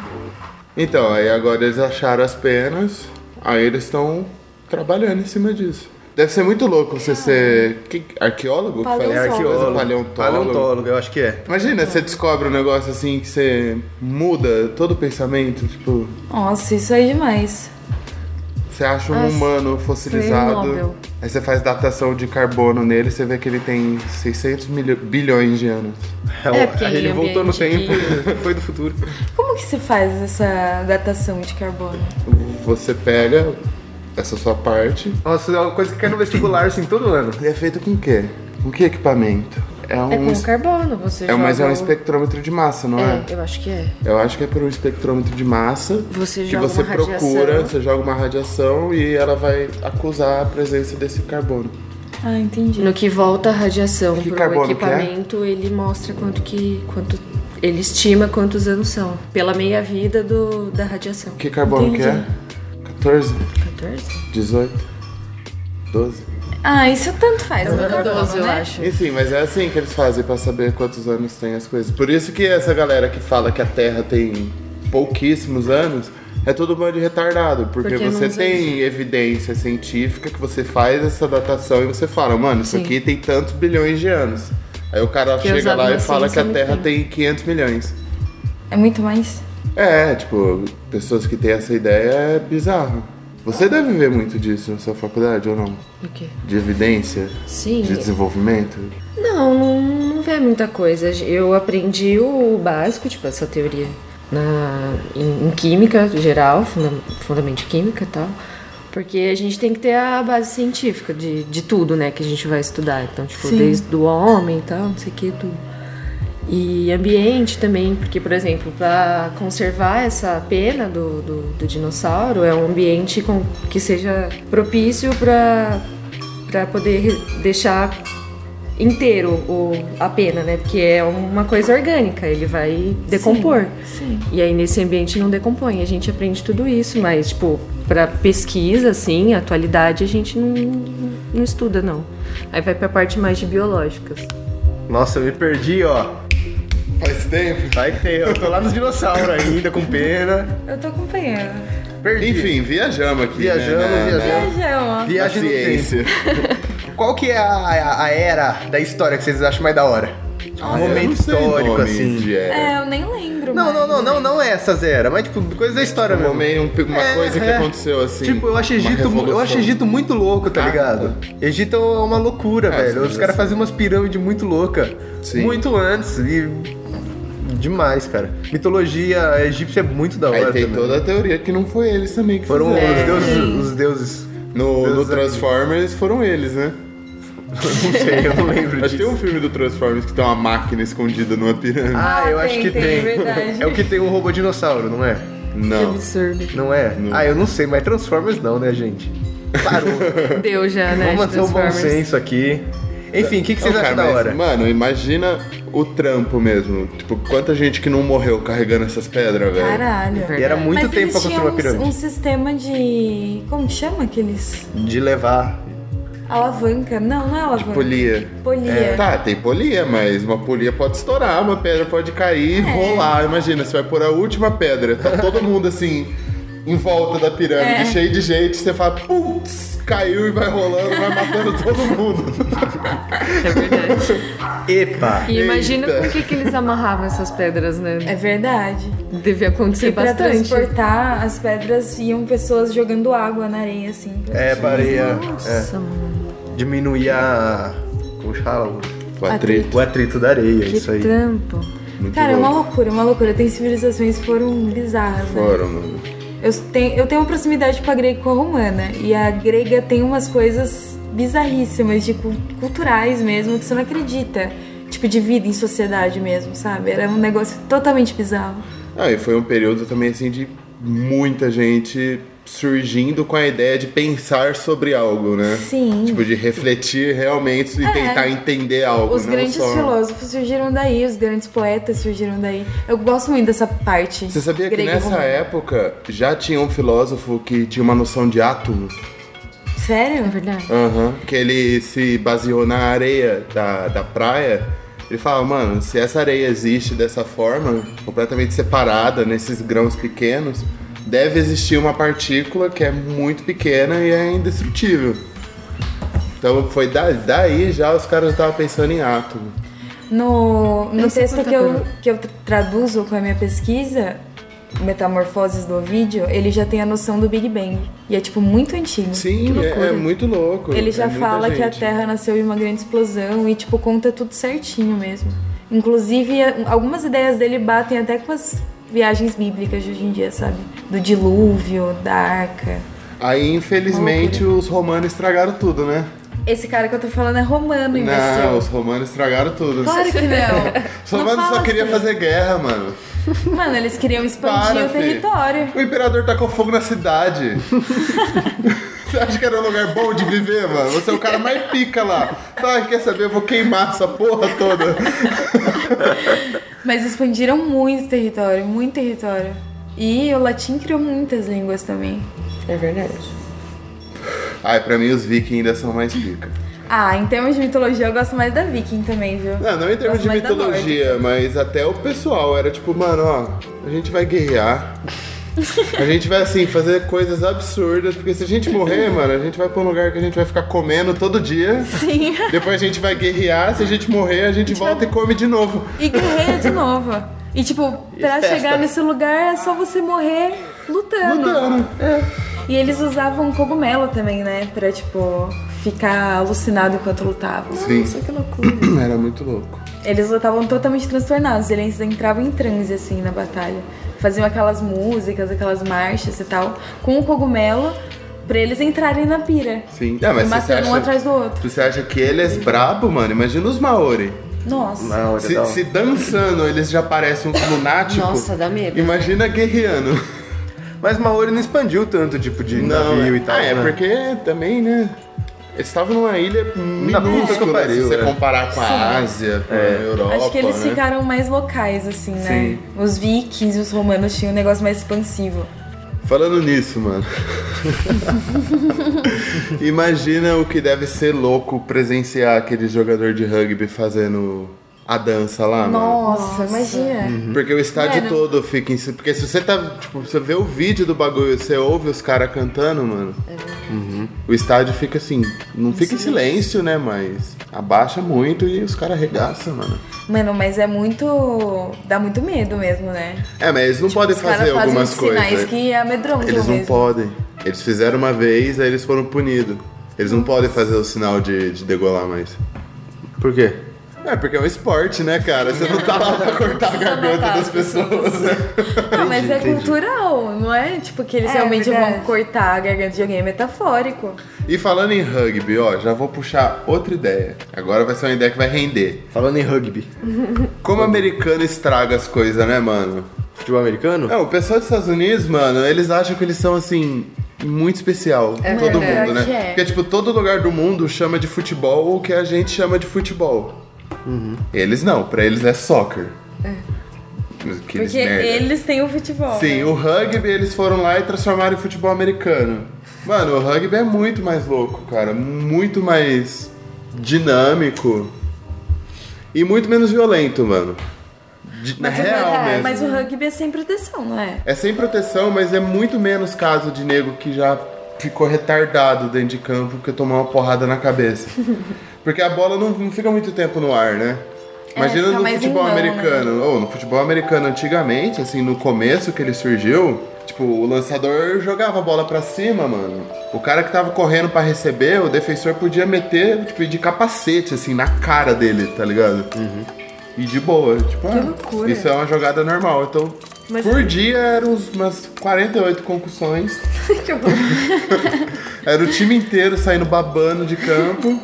Speaker 3: Então, aí agora eles acharam as penas, aí eles estão trabalhando em cima disso. Deve ser muito louco você ser que- arqueólogo? que fala
Speaker 1: É
Speaker 2: Paleontólogo.
Speaker 3: essas coisas?
Speaker 1: arqueólogo.
Speaker 3: Paleontólogo.
Speaker 1: Paleontólogo, eu acho que é.
Speaker 3: Imagina, você descobre um negócio assim que você muda todo o pensamento, tipo,
Speaker 2: Nossa, isso aí é demais.
Speaker 3: você acha um
Speaker 4: Ah,
Speaker 3: humano
Speaker 4: ganhou o Nobel.
Speaker 3: fossilizado, aí você faz datação de carbono nele, você vê que ele tem 600 milho- bilhões de anos.
Speaker 4: É, porque
Speaker 1: ele
Speaker 4: em
Speaker 1: voltou no
Speaker 4: ambiente
Speaker 1: tempo, foi do futuro.
Speaker 2: Como que se faz essa datação de carbono?
Speaker 3: Você pega essa sua parte
Speaker 1: Nossa, é uma coisa que cai no vestibular, assim, todo ano.
Speaker 3: e é feito com o quê? Com que equipamento? É um.
Speaker 4: É com carbono, você
Speaker 3: é,
Speaker 4: joga.
Speaker 3: mas é um
Speaker 4: o-
Speaker 3: espectrômetro de massa, não é?
Speaker 4: É, eu acho que é.
Speaker 3: Eu acho que é por um espectrômetro de massa
Speaker 4: Você
Speaker 3: que
Speaker 4: joga
Speaker 3: você
Speaker 4: uma radiação.
Speaker 3: procura, você joga uma radiação e ela vai acusar a presença desse carbono.
Speaker 2: Ah, entendi.
Speaker 4: No que volta a radiação
Speaker 3: Que
Speaker 4: pro
Speaker 3: carbono que é?
Speaker 4: equipamento, ele mostra quanto que. quanto. Ele estima quantos anos são. Pela meia-vida do- da radiação.
Speaker 3: Que carbono que é? 14,
Speaker 4: 14?
Speaker 3: 18, 12.
Speaker 2: Ah, isso tanto faz. né?
Speaker 4: Era 12, É eu
Speaker 2: né?
Speaker 4: acho.
Speaker 3: Enfim, mas é assim que eles fazem pra saber quantos anos tem as coisas. Por isso que essa galera que fala que a Terra tem pouquíssimos anos é todo mundo de retardado, porque,
Speaker 4: Porque não
Speaker 3: você
Speaker 4: usa
Speaker 3: tem evidência científica que você faz essa datação e você fala, mano, isso
Speaker 4: Sim.
Speaker 3: aqui tem tantos bilhões de anos. Aí o cara
Speaker 4: Que
Speaker 3: chega
Speaker 4: usado
Speaker 3: lá
Speaker 4: na
Speaker 3: e fala que
Speaker 4: ciência
Speaker 3: a
Speaker 4: não
Speaker 3: Terra tem 500 milhões.
Speaker 2: É muito mais.
Speaker 3: É, tipo, pessoas que têm essa ideia é bizarro. Você deve ver muito disso na sua faculdade ou não?
Speaker 4: O quê?
Speaker 3: De evidência,
Speaker 4: Sim.
Speaker 3: de desenvolvimento.
Speaker 4: Não, não, não vê muita coisa. Eu aprendi o básico, tipo, essa teoria na, em, em química geral, funda, fundamento de química e tal. Porque a gente tem que ter a base científica de, de tudo, né, que a gente vai estudar. Então, tipo,
Speaker 2: Sim.
Speaker 4: desde o homem e tal, não sei o que, tudo. E ambiente também, porque, por exemplo, para conservar essa pena do, do, do dinossauro, é um ambiente com, que seja propício para poder re- deixar inteiro o, a pena, né? Porque é uma coisa orgânica, ele vai decompor.
Speaker 2: Sim.
Speaker 4: E aí nesse ambiente não decompõe. A gente aprende tudo isso, mas tipo, para pesquisa assim, atualidade a gente não, não estuda não. Aí vai para parte mais de biológicas.
Speaker 1: Nossa, eu me perdi, ó.
Speaker 3: Faz tempo.
Speaker 1: Vai ter, eu tô lá nos dinossauros ainda, com pena.
Speaker 2: Eu tô acompanhando.
Speaker 1: Perdi.
Speaker 3: Enfim, viajamos aqui.
Speaker 1: Viajamos,
Speaker 3: né, na-
Speaker 1: viajamos.
Speaker 2: Beijão, é, ó.
Speaker 3: Na, na
Speaker 1: Viagem no tempo.
Speaker 3: ciência.
Speaker 1: Qual que é a, a- a era da história que vocês acham mais da hora? Um
Speaker 3: Ah, eu
Speaker 1: momento
Speaker 3: não sei
Speaker 1: histórico,
Speaker 3: nome
Speaker 1: assim.
Speaker 3: de era.
Speaker 2: É, eu nem lembro.
Speaker 1: Não,
Speaker 2: mais.
Speaker 1: não, não, não, não é essas eras, mas tipo, coisa da história
Speaker 3: Um
Speaker 1: mesmo.
Speaker 3: momento, uma
Speaker 1: É,
Speaker 3: coisa que
Speaker 1: é.
Speaker 3: aconteceu assim.
Speaker 1: Tipo, eu acho,
Speaker 3: uma
Speaker 1: Egito, mu- eu
Speaker 3: revolução.
Speaker 1: acho Egito muito louco, tá
Speaker 3: Ah,
Speaker 1: ligado? Egito é uma loucura,
Speaker 3: sim,
Speaker 1: velho. Os
Speaker 3: sim.
Speaker 1: caras faziam umas pirâmides muito loucas.
Speaker 3: Sim.
Speaker 1: Muito antes e... Demais, cara. Mitologia egípcia é muito da hora
Speaker 3: Aí tem
Speaker 1: também.
Speaker 3: toda a teoria que não foi eles também que
Speaker 1: Foram
Speaker 3: fizeram.
Speaker 1: os deuses... Os deuses...
Speaker 3: No, no
Speaker 1: Deus é-
Speaker 3: Transformers foram eles, né?
Speaker 1: Não sei, eu não lembro
Speaker 3: Acho que
Speaker 1: disso.
Speaker 3: tem um filme do Transformers que tem uma máquina escondida numa pirâmide.
Speaker 1: Ah, eu
Speaker 2: Ah,
Speaker 1: acho
Speaker 2: tem,
Speaker 1: que
Speaker 2: tem,
Speaker 1: tem.
Speaker 2: verdade.
Speaker 1: É o que tem um robô dinossauro, não é?
Speaker 4: Que
Speaker 3: Não.
Speaker 4: absurdo.
Speaker 1: Não é?
Speaker 3: Não.
Speaker 1: Ah, eu não sei, mas Transformers não, né, gente? Parou.
Speaker 4: Deu
Speaker 2: É,
Speaker 4: já,
Speaker 1: Vamos
Speaker 4: né? de
Speaker 1: manter o bom
Speaker 4: Transformers.
Speaker 1: senso aqui. Enfim, o que, que vocês
Speaker 3: Não, É cara,
Speaker 1: acham da
Speaker 3: mas,
Speaker 1: hora?
Speaker 3: um Mano, imagina o trampo mesmo. Tipo, quanta gente que não morreu carregando essas pedras, velho.
Speaker 2: Caralho.
Speaker 1: E era É muito tempo
Speaker 2: Mas
Speaker 1: pra
Speaker 2: eles
Speaker 1: construir uma
Speaker 2: tinham
Speaker 1: pirâmide.
Speaker 2: um, um sistema de. Como que chama aqueles?
Speaker 1: De levar.
Speaker 2: Alavanca? Não, não é
Speaker 1: Tipo,
Speaker 2: alavanca.
Speaker 3: Polia.
Speaker 2: Polia.
Speaker 3: Tá, tem polia, mas uma polia pode estourar, uma pedra pode cair e
Speaker 2: É.
Speaker 3: rolar. Imagina, você vai pôr a última pedra, tá todo mundo assim, em volta da pirâmide,
Speaker 2: É.
Speaker 3: cheio de gente, você fala, putz, caiu e vai rolando, vai matando todo mundo.
Speaker 4: É verdade.
Speaker 1: Epa!
Speaker 4: E imagina
Speaker 3: Eita.
Speaker 4: com o que, que eles amarravam essas pedras, né?
Speaker 2: É verdade.
Speaker 4: Devia acontecer
Speaker 2: E pra
Speaker 4: bastante.
Speaker 2: transportar as pedras iam pessoas jogando água na areia, assim.
Speaker 1: É, pareia.
Speaker 4: Nossa, mano.
Speaker 1: É, diminuir a. Como fala? O-
Speaker 3: O atrito,
Speaker 1: O atrito da areia,
Speaker 4: Que
Speaker 1: isso aí.
Speaker 4: trampo.
Speaker 3: muito
Speaker 2: Cara, é uma
Speaker 3: louco.
Speaker 2: loucura, é uma loucura. Tem civilizações que foram bizarras, né?
Speaker 3: Foram, mano.
Speaker 2: Eu tenho, eu tenho uma proximidade com a grega e com a romana. E a grega tem umas coisas bizarríssimas, de cu- culturais mesmo, que você não acredita. Tipo, de vida em sociedade mesmo, sabe? Era um negócio totalmente bizarro.
Speaker 3: Ah, e foi um período também assim de muita gente surgindo com a ideia de pensar sobre algo, né?
Speaker 2: Sim. É.
Speaker 3: Tipo, de refletir realmente e tentar entender algo.
Speaker 2: os
Speaker 3: não
Speaker 2: grandes
Speaker 3: só-
Speaker 2: filósofos surgiram daí, os grandes poetas surgiram daí. Eu gosto muito dessa parte.
Speaker 3: Você sabia que
Speaker 2: grega e
Speaker 3: nessa
Speaker 2: romana.
Speaker 3: época já tinha um filósofo que tinha uma noção de átomo?
Speaker 4: É
Speaker 2: Sério?
Speaker 4: verdade.
Speaker 3: Aham. Que ele se baseou na areia da, da praia. Ele falava, mano, se essa areia existe dessa forma, completamente separada, nesses grãos pequenos, deve existir uma partícula que é muito pequena e é indestrutível. Então foi da- daí já os caras estavam pensando em átomo.
Speaker 2: No, no
Speaker 4: Esse
Speaker 2: texto
Speaker 4: conta
Speaker 2: que eu,
Speaker 4: agora.
Speaker 2: que eu tra- traduzo com a minha pesquisa, Metamorfoses do Ovídio, ele já tem a noção do Big Bang. E é, tipo, muito antigo.
Speaker 3: Sim, é- é,
Speaker 4: loucura.
Speaker 3: muito louco.
Speaker 2: Ele
Speaker 3: é
Speaker 2: já
Speaker 3: muita
Speaker 2: fala que a
Speaker 3: gente.
Speaker 2: Terra nasceu em uma grande explosão e, tipo, conta tudo certinho mesmo. Inclusive, a- algumas ideias dele batem até com as viagens bíblicas de hoje em dia, sabe? Do dilúvio, da arca.
Speaker 3: Aí, infelizmente, os romanos estragaram tudo, né?
Speaker 2: Esse cara que eu tô falando é romano, imbecil.
Speaker 3: Não, os romanos estragaram tudo.
Speaker 2: Claro que
Speaker 3: Os
Speaker 2: não.
Speaker 3: romanos
Speaker 2: não
Speaker 3: só
Speaker 2: fala
Speaker 3: queriam
Speaker 2: assim.
Speaker 3: fazer guerra, mano.
Speaker 2: Mano, eles queriam expandir
Speaker 3: Para,
Speaker 2: o
Speaker 3: fi.
Speaker 2: território.
Speaker 3: O imperador tacou fogo na cidade. Você acha que era um lugar bom de viver, mano? Você é o cara mais pica lá. Tá, quer saber? Eu vou queimar essa porra toda.
Speaker 2: Mas expandiram muito território, muito território. E o latim criou muitas línguas também.
Speaker 4: É verdade.
Speaker 3: Ai, pra mim os vikings ainda são mais pica.
Speaker 2: Ah, em termos de mitologia, eu gosto mais da viking também, viu?
Speaker 3: É, Não, não em termos
Speaker 2: Gosto
Speaker 3: de
Speaker 2: mais da
Speaker 3: mitologia, mas até o pessoal era tipo, mano, ó, a gente vai guerrear. A gente vai, assim, fazer coisas absurdas, porque se a gente morrer, mano, a gente vai pra um lugar que a gente vai ficar comendo todo dia.
Speaker 2: Sim.
Speaker 3: Depois a gente vai guerrear, se a gente morrer, a
Speaker 2: Tipo,
Speaker 3: gente volta e come de novo.
Speaker 2: E guerreira de novo. E tipo, pra
Speaker 1: festa.
Speaker 2: chegar nesse lugar é só você morrer lutando.
Speaker 3: Mudando.
Speaker 2: E eles usavam um cogumelo também, né? Pra tipo, ficar alucinado enquanto lutavam.
Speaker 3: Sim.
Speaker 4: Nossa, que loucura.
Speaker 3: Era muito louco.
Speaker 2: Eles lutavam totalmente transtornados, eles entravam em transe assim na batalha. Faziam aquelas músicas, aquelas marchas e tal, com o cogumelo pra eles entrarem na pira.
Speaker 3: Sim. Não, mas
Speaker 2: E
Speaker 3: se você
Speaker 2: matando um
Speaker 3: acha-
Speaker 2: atrás do outro.
Speaker 3: se Você acha que eles brabo, mano? Imagina os Maori.
Speaker 2: Nossa.
Speaker 1: Não,
Speaker 3: Se,
Speaker 1: não.
Speaker 3: se dançando eles já parecem uns lunáticos.
Speaker 4: Nossa, dá medo.
Speaker 3: Imagina guerreando.
Speaker 1: Mas Maori não expandiu tanto, tipo, de navio e tal.
Speaker 3: Ah, é
Speaker 1: né?
Speaker 3: porque também, né? Eles estavam numa ilha
Speaker 1: puta que
Speaker 3: minúscula,
Speaker 1: pariu,
Speaker 3: se você
Speaker 1: é.
Speaker 3: comparar com a Ásia, com a Europa,
Speaker 2: Acho que eles
Speaker 3: né?
Speaker 2: ficaram mais locais, assim, né?
Speaker 3: Sim.
Speaker 2: Os vikings e os romanos tinham um negócio mais expansivo.
Speaker 3: Falando nisso, mano. Imagina o que deve ser louco presenciar aquele jogador de rugby fazendo a dança lá, mano.
Speaker 4: Nossa, imagina.
Speaker 3: Porque o estádio
Speaker 2: Mano.
Speaker 3: todo fica em si. Porque se você tá. Tipo, você vê o vídeo do bagulho, você ouve os caras cantando, mano.
Speaker 2: É
Speaker 3: Uhum. O estádio fica assim. Não fica em silêncio, né? Mas abaixa muito e os caras arregaçam, mano.
Speaker 2: Mano, mas é muito. dá muito medo mesmo, né?
Speaker 3: É, mas eles não podem
Speaker 2: Os caras
Speaker 3: fazer
Speaker 2: fazem
Speaker 3: algumas
Speaker 2: uns
Speaker 3: coisas.
Speaker 2: sinais que amedrontam
Speaker 3: Eles não
Speaker 2: mesmo.
Speaker 3: podem. Eles fizeram uma vez, aí eles foram punidos. Eles não podem fazer o sinal de, de degolar mais.
Speaker 1: Por quê?
Speaker 3: É, porque é um esporte, né, cara? Você não tá lá pra cortar a
Speaker 2: tá,
Speaker 3: garganta
Speaker 4: matar
Speaker 3: das
Speaker 4: as
Speaker 3: pessoas, né?
Speaker 2: Não, mas é
Speaker 1: entendi.
Speaker 2: cultural, não é tipo que eles
Speaker 4: É,
Speaker 2: realmente
Speaker 4: verdade.
Speaker 2: vão cortar a garganta de alguém, é metafórico.
Speaker 3: E falando em rugby, ó, já vou puxar outra ideia. Agora vai ser uma ideia que vai render.
Speaker 1: Falando em rugby.
Speaker 3: Como americano estraga as coisas, né, mano?
Speaker 1: Futebol americano?
Speaker 3: Não, o pessoal dos Estados Unidos, mano, eles acham que eles são assim. Muito especial,
Speaker 4: É
Speaker 3: todo
Speaker 4: verdade,
Speaker 3: mundo, né?
Speaker 2: é.
Speaker 3: Porque, tipo, todo lugar do mundo chama de futebol o que a gente chama de futebol.
Speaker 4: Uhum.
Speaker 3: Eles não, pra eles é soccer. Mas que eles
Speaker 2: Porque
Speaker 3: merda.
Speaker 2: eles têm o futebol.
Speaker 3: Sim,
Speaker 2: né?
Speaker 3: o rugby eles foram lá e transformaram em futebol americano. Mano, o rugby é muito mais louco, cara. Muito mais dinâmico. E muito menos violento, mano. De- na
Speaker 2: mas, o-
Speaker 3: real
Speaker 2: é,
Speaker 3: mesmo.
Speaker 2: mas o rugby é sem proteção, não é?
Speaker 3: É sem proteção, mas é muito menos caso de nego que já ficou retardado dentro de campo porque tomou uma porrada na cabeça. Porque a bola não, não fica muito tempo no ar, né?
Speaker 2: É,
Speaker 3: Imagina
Speaker 2: fica
Speaker 3: no
Speaker 2: mais em
Speaker 3: futebol
Speaker 2: mão, né?
Speaker 3: americano. Ou no futebol americano antigamente, assim, no começo que ele surgiu, tipo, o lançador jogava a bola pra cima, mano. O cara que tava correndo pra receber, o defensor podia meter, tipo, de capacete, assim, na cara dele, tá ligado? E de boa, tipo, ah,
Speaker 2: Uhum. loucura.
Speaker 3: isso é uma jogada normal. Então,
Speaker 4: Mas-
Speaker 3: por dia eram uns- umas 48 concussões.
Speaker 4: Que horror.
Speaker 3: Era o time inteiro saindo babando de campo.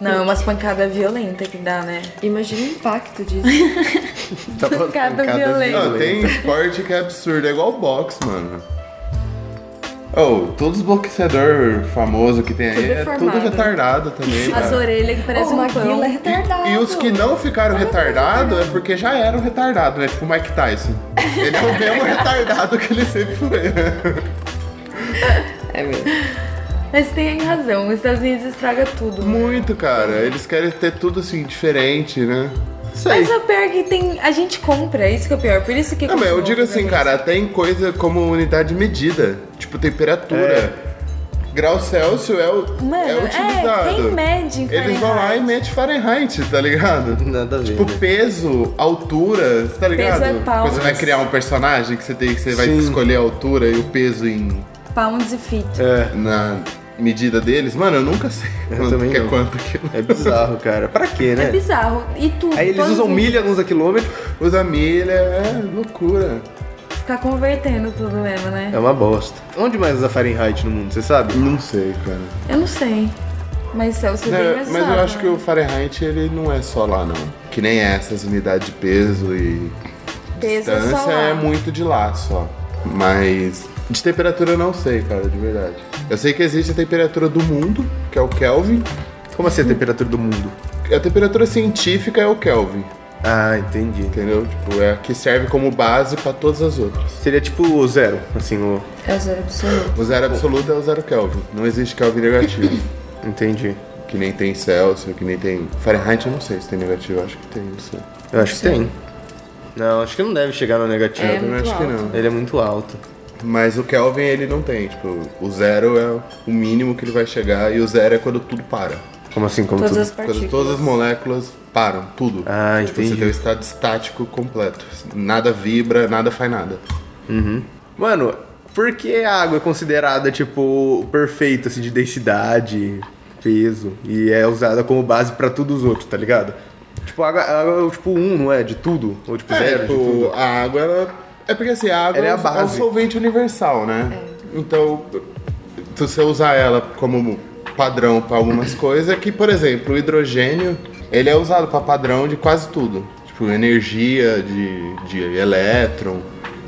Speaker 2: Não, é umas pancadas violentas que dá, né?
Speaker 4: Imagina o impacto disso.
Speaker 1: Tá bom.
Speaker 2: Pancada
Speaker 1: Cada
Speaker 2: violenta.
Speaker 3: Não, tem esporte que é absurdo, é igual boxe, mano. Oh, todos os boxeadores famosos que tem aí
Speaker 4: Tudo
Speaker 3: é tudo
Speaker 4: formado.
Speaker 3: retardado também.
Speaker 2: As
Speaker 3: cara.
Speaker 2: orelhas que parecem um pão.
Speaker 3: E, e os que não ficaram retardados é porque já eram retardados, né? Tipo o Mike Tyson. Ele é o mesmo retardado que ele sempre foi. né?
Speaker 4: É mesmo.
Speaker 2: Mas tem razão, os Estados Unidos estraga tudo.
Speaker 3: Muito, cara. Eles querem ter tudo assim, diferente, né? Isso aí.
Speaker 2: Mas o pior é que tem. A gente compra, isso que é o pior. Por isso que.
Speaker 3: Não, mas eu
Speaker 2: continua
Speaker 3: digo assim,
Speaker 2: fazendo
Speaker 3: cara, até em coisa como unidade de medida, tipo temperatura.
Speaker 1: É.
Speaker 3: Grau Celsius é, o,
Speaker 2: isso. Mano,
Speaker 3: é utilizado.
Speaker 2: é, quem mede em
Speaker 3: Eles vão lá e
Speaker 2: Fahrenheit?
Speaker 3: metem Fahrenheit, tá ligado?
Speaker 1: Nada a ver.
Speaker 3: Tipo,
Speaker 1: né?
Speaker 3: peso, altura, tá ligado?
Speaker 2: é pounds.
Speaker 3: você vai criar um personagem que você tem que você vai
Speaker 1: Sim.
Speaker 3: escolher a altura e o peso em
Speaker 2: Pounds e feet.
Speaker 1: É,
Speaker 3: na medida deles. Mano, eu nunca sei
Speaker 1: Eu
Speaker 3: quanto
Speaker 1: também
Speaker 3: que é
Speaker 1: não.
Speaker 3: quanto aquilo.
Speaker 1: é bizarro, cara. Pra quê,
Speaker 2: É.
Speaker 1: né?
Speaker 2: bizarro. E tudo.
Speaker 1: Aí eles
Speaker 2: todos
Speaker 1: usam
Speaker 2: os-
Speaker 1: milha nos a quilômetro.
Speaker 3: Usa milha, é loucura.
Speaker 2: Ficar Tá convertendo tudo mesmo, né?
Speaker 1: É uma bosta. Onde mais usa Fahrenheit no mundo, você sabe?
Speaker 3: Não sei, cara.
Speaker 2: Eu não sei. Mas é o seu
Speaker 3: Não,
Speaker 2: bem né?
Speaker 3: mas eu acho que o Fahrenheit ele não é só lá, não. Que nem essas unidades de peso e
Speaker 2: Peso é só
Speaker 3: distância
Speaker 2: lá.
Speaker 3: é muito de lá só. Mas de temperatura eu não sei, cara, de verdade. Eu sei que existe a temperatura do mundo, que é o Kelvin.
Speaker 1: Como assim a temperatura do mundo?
Speaker 3: A temperatura científica é o Kelvin,
Speaker 1: Ah, entendi.
Speaker 3: entendeu? Tipo, é a que serve como base pra todas as outras.
Speaker 1: Seria tipo o zero, assim, o...
Speaker 4: É o zero absoluto.
Speaker 3: O zero absoluto é o zero Kelvin. Não existe Kelvin negativo.
Speaker 1: Entendi.
Speaker 3: que nem tem Celsius, que nem tem. Fahrenheit eu não sei se tem negativo, eu acho que tem, não sei.
Speaker 1: Eu acho que tem. Não, acho que não deve chegar no negativo.
Speaker 4: É
Speaker 3: eu
Speaker 4: muito
Speaker 3: acho que
Speaker 4: alto.
Speaker 3: não.
Speaker 1: Ele é muito alto.
Speaker 3: Mas o Kelvin ele não tem, tipo, o zero é o mínimo que ele vai chegar e o zero é quando tudo para.
Speaker 1: Como assim, como
Speaker 2: Todas
Speaker 1: tudo?
Speaker 2: as
Speaker 3: Quando
Speaker 2: partículas.
Speaker 3: todas as moléculas param, tudo.
Speaker 1: Ah,
Speaker 3: tipo,
Speaker 1: entendi.
Speaker 3: você tem um estado estático completo. Nada vibra, nada faz nada.
Speaker 1: Mano, por que a água é considerada, tipo, perfeita, assim, de densidade, peso, e é usada como base pra todos os outros, tá ligado? Tipo, a água, a água é o tipo um, não é? De tudo? Ou tipo zero de tudo?
Speaker 3: a água, ela... É porque assim, a água
Speaker 1: Ela é a
Speaker 3: um- um
Speaker 1: base.
Speaker 3: solvente universal, né? Então, se você usar ela como padrão pra algumas coisas, é que, por exemplo, o hidrogênio, ele é usado pra padrão de quase tudo. Tipo, energia de, de elétron.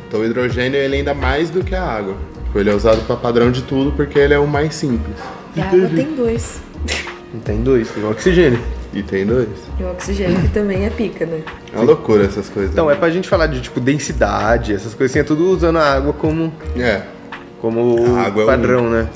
Speaker 3: Então, o hidrogênio, ele é ainda mais do que a água. Tipo, Ele é usado pra padrão de tudo porque ele é o mais simples.
Speaker 4: E a
Speaker 2: Tá,
Speaker 4: água tem dois.
Speaker 1: Não tem dois, igual oxigênio.
Speaker 3: E tem dois.
Speaker 4: E o oxigênio que também é pica, né?
Speaker 3: É uma loucura essas coisas. né?
Speaker 1: Então, é pra gente falar de, tipo, densidade, essas coisinhas, tudo usando a água como,
Speaker 3: É.
Speaker 1: como
Speaker 3: A água é
Speaker 1: padrão, né?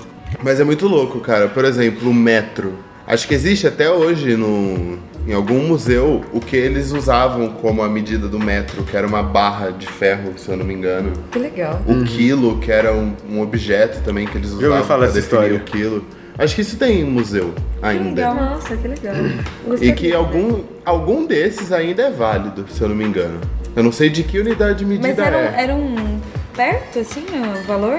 Speaker 3: Mas é muito louco, cara. Por exemplo, o metro. Acho que existe até hoje no, em algum museu o que eles usavam como a medida do metro, que era uma barra de ferro, se eu não me engano.
Speaker 4: Que legal.
Speaker 3: O quilo, que era um, um objeto também que eles
Speaker 1: Uhum. ouvi
Speaker 3: usavam
Speaker 1: falar
Speaker 3: pra
Speaker 1: essa
Speaker 3: definir
Speaker 1: história.
Speaker 3: o quilo. Acho que isso tem em museu ainda.
Speaker 2: legal.
Speaker 4: Nossa, que legal.
Speaker 3: E
Speaker 4: Gostaria.
Speaker 3: que algum, algum desses ainda é válido, se eu não me engano. Eu não sei de que unidade de medida
Speaker 2: Mas era, um-
Speaker 3: é.
Speaker 2: era um perto, assim, o valor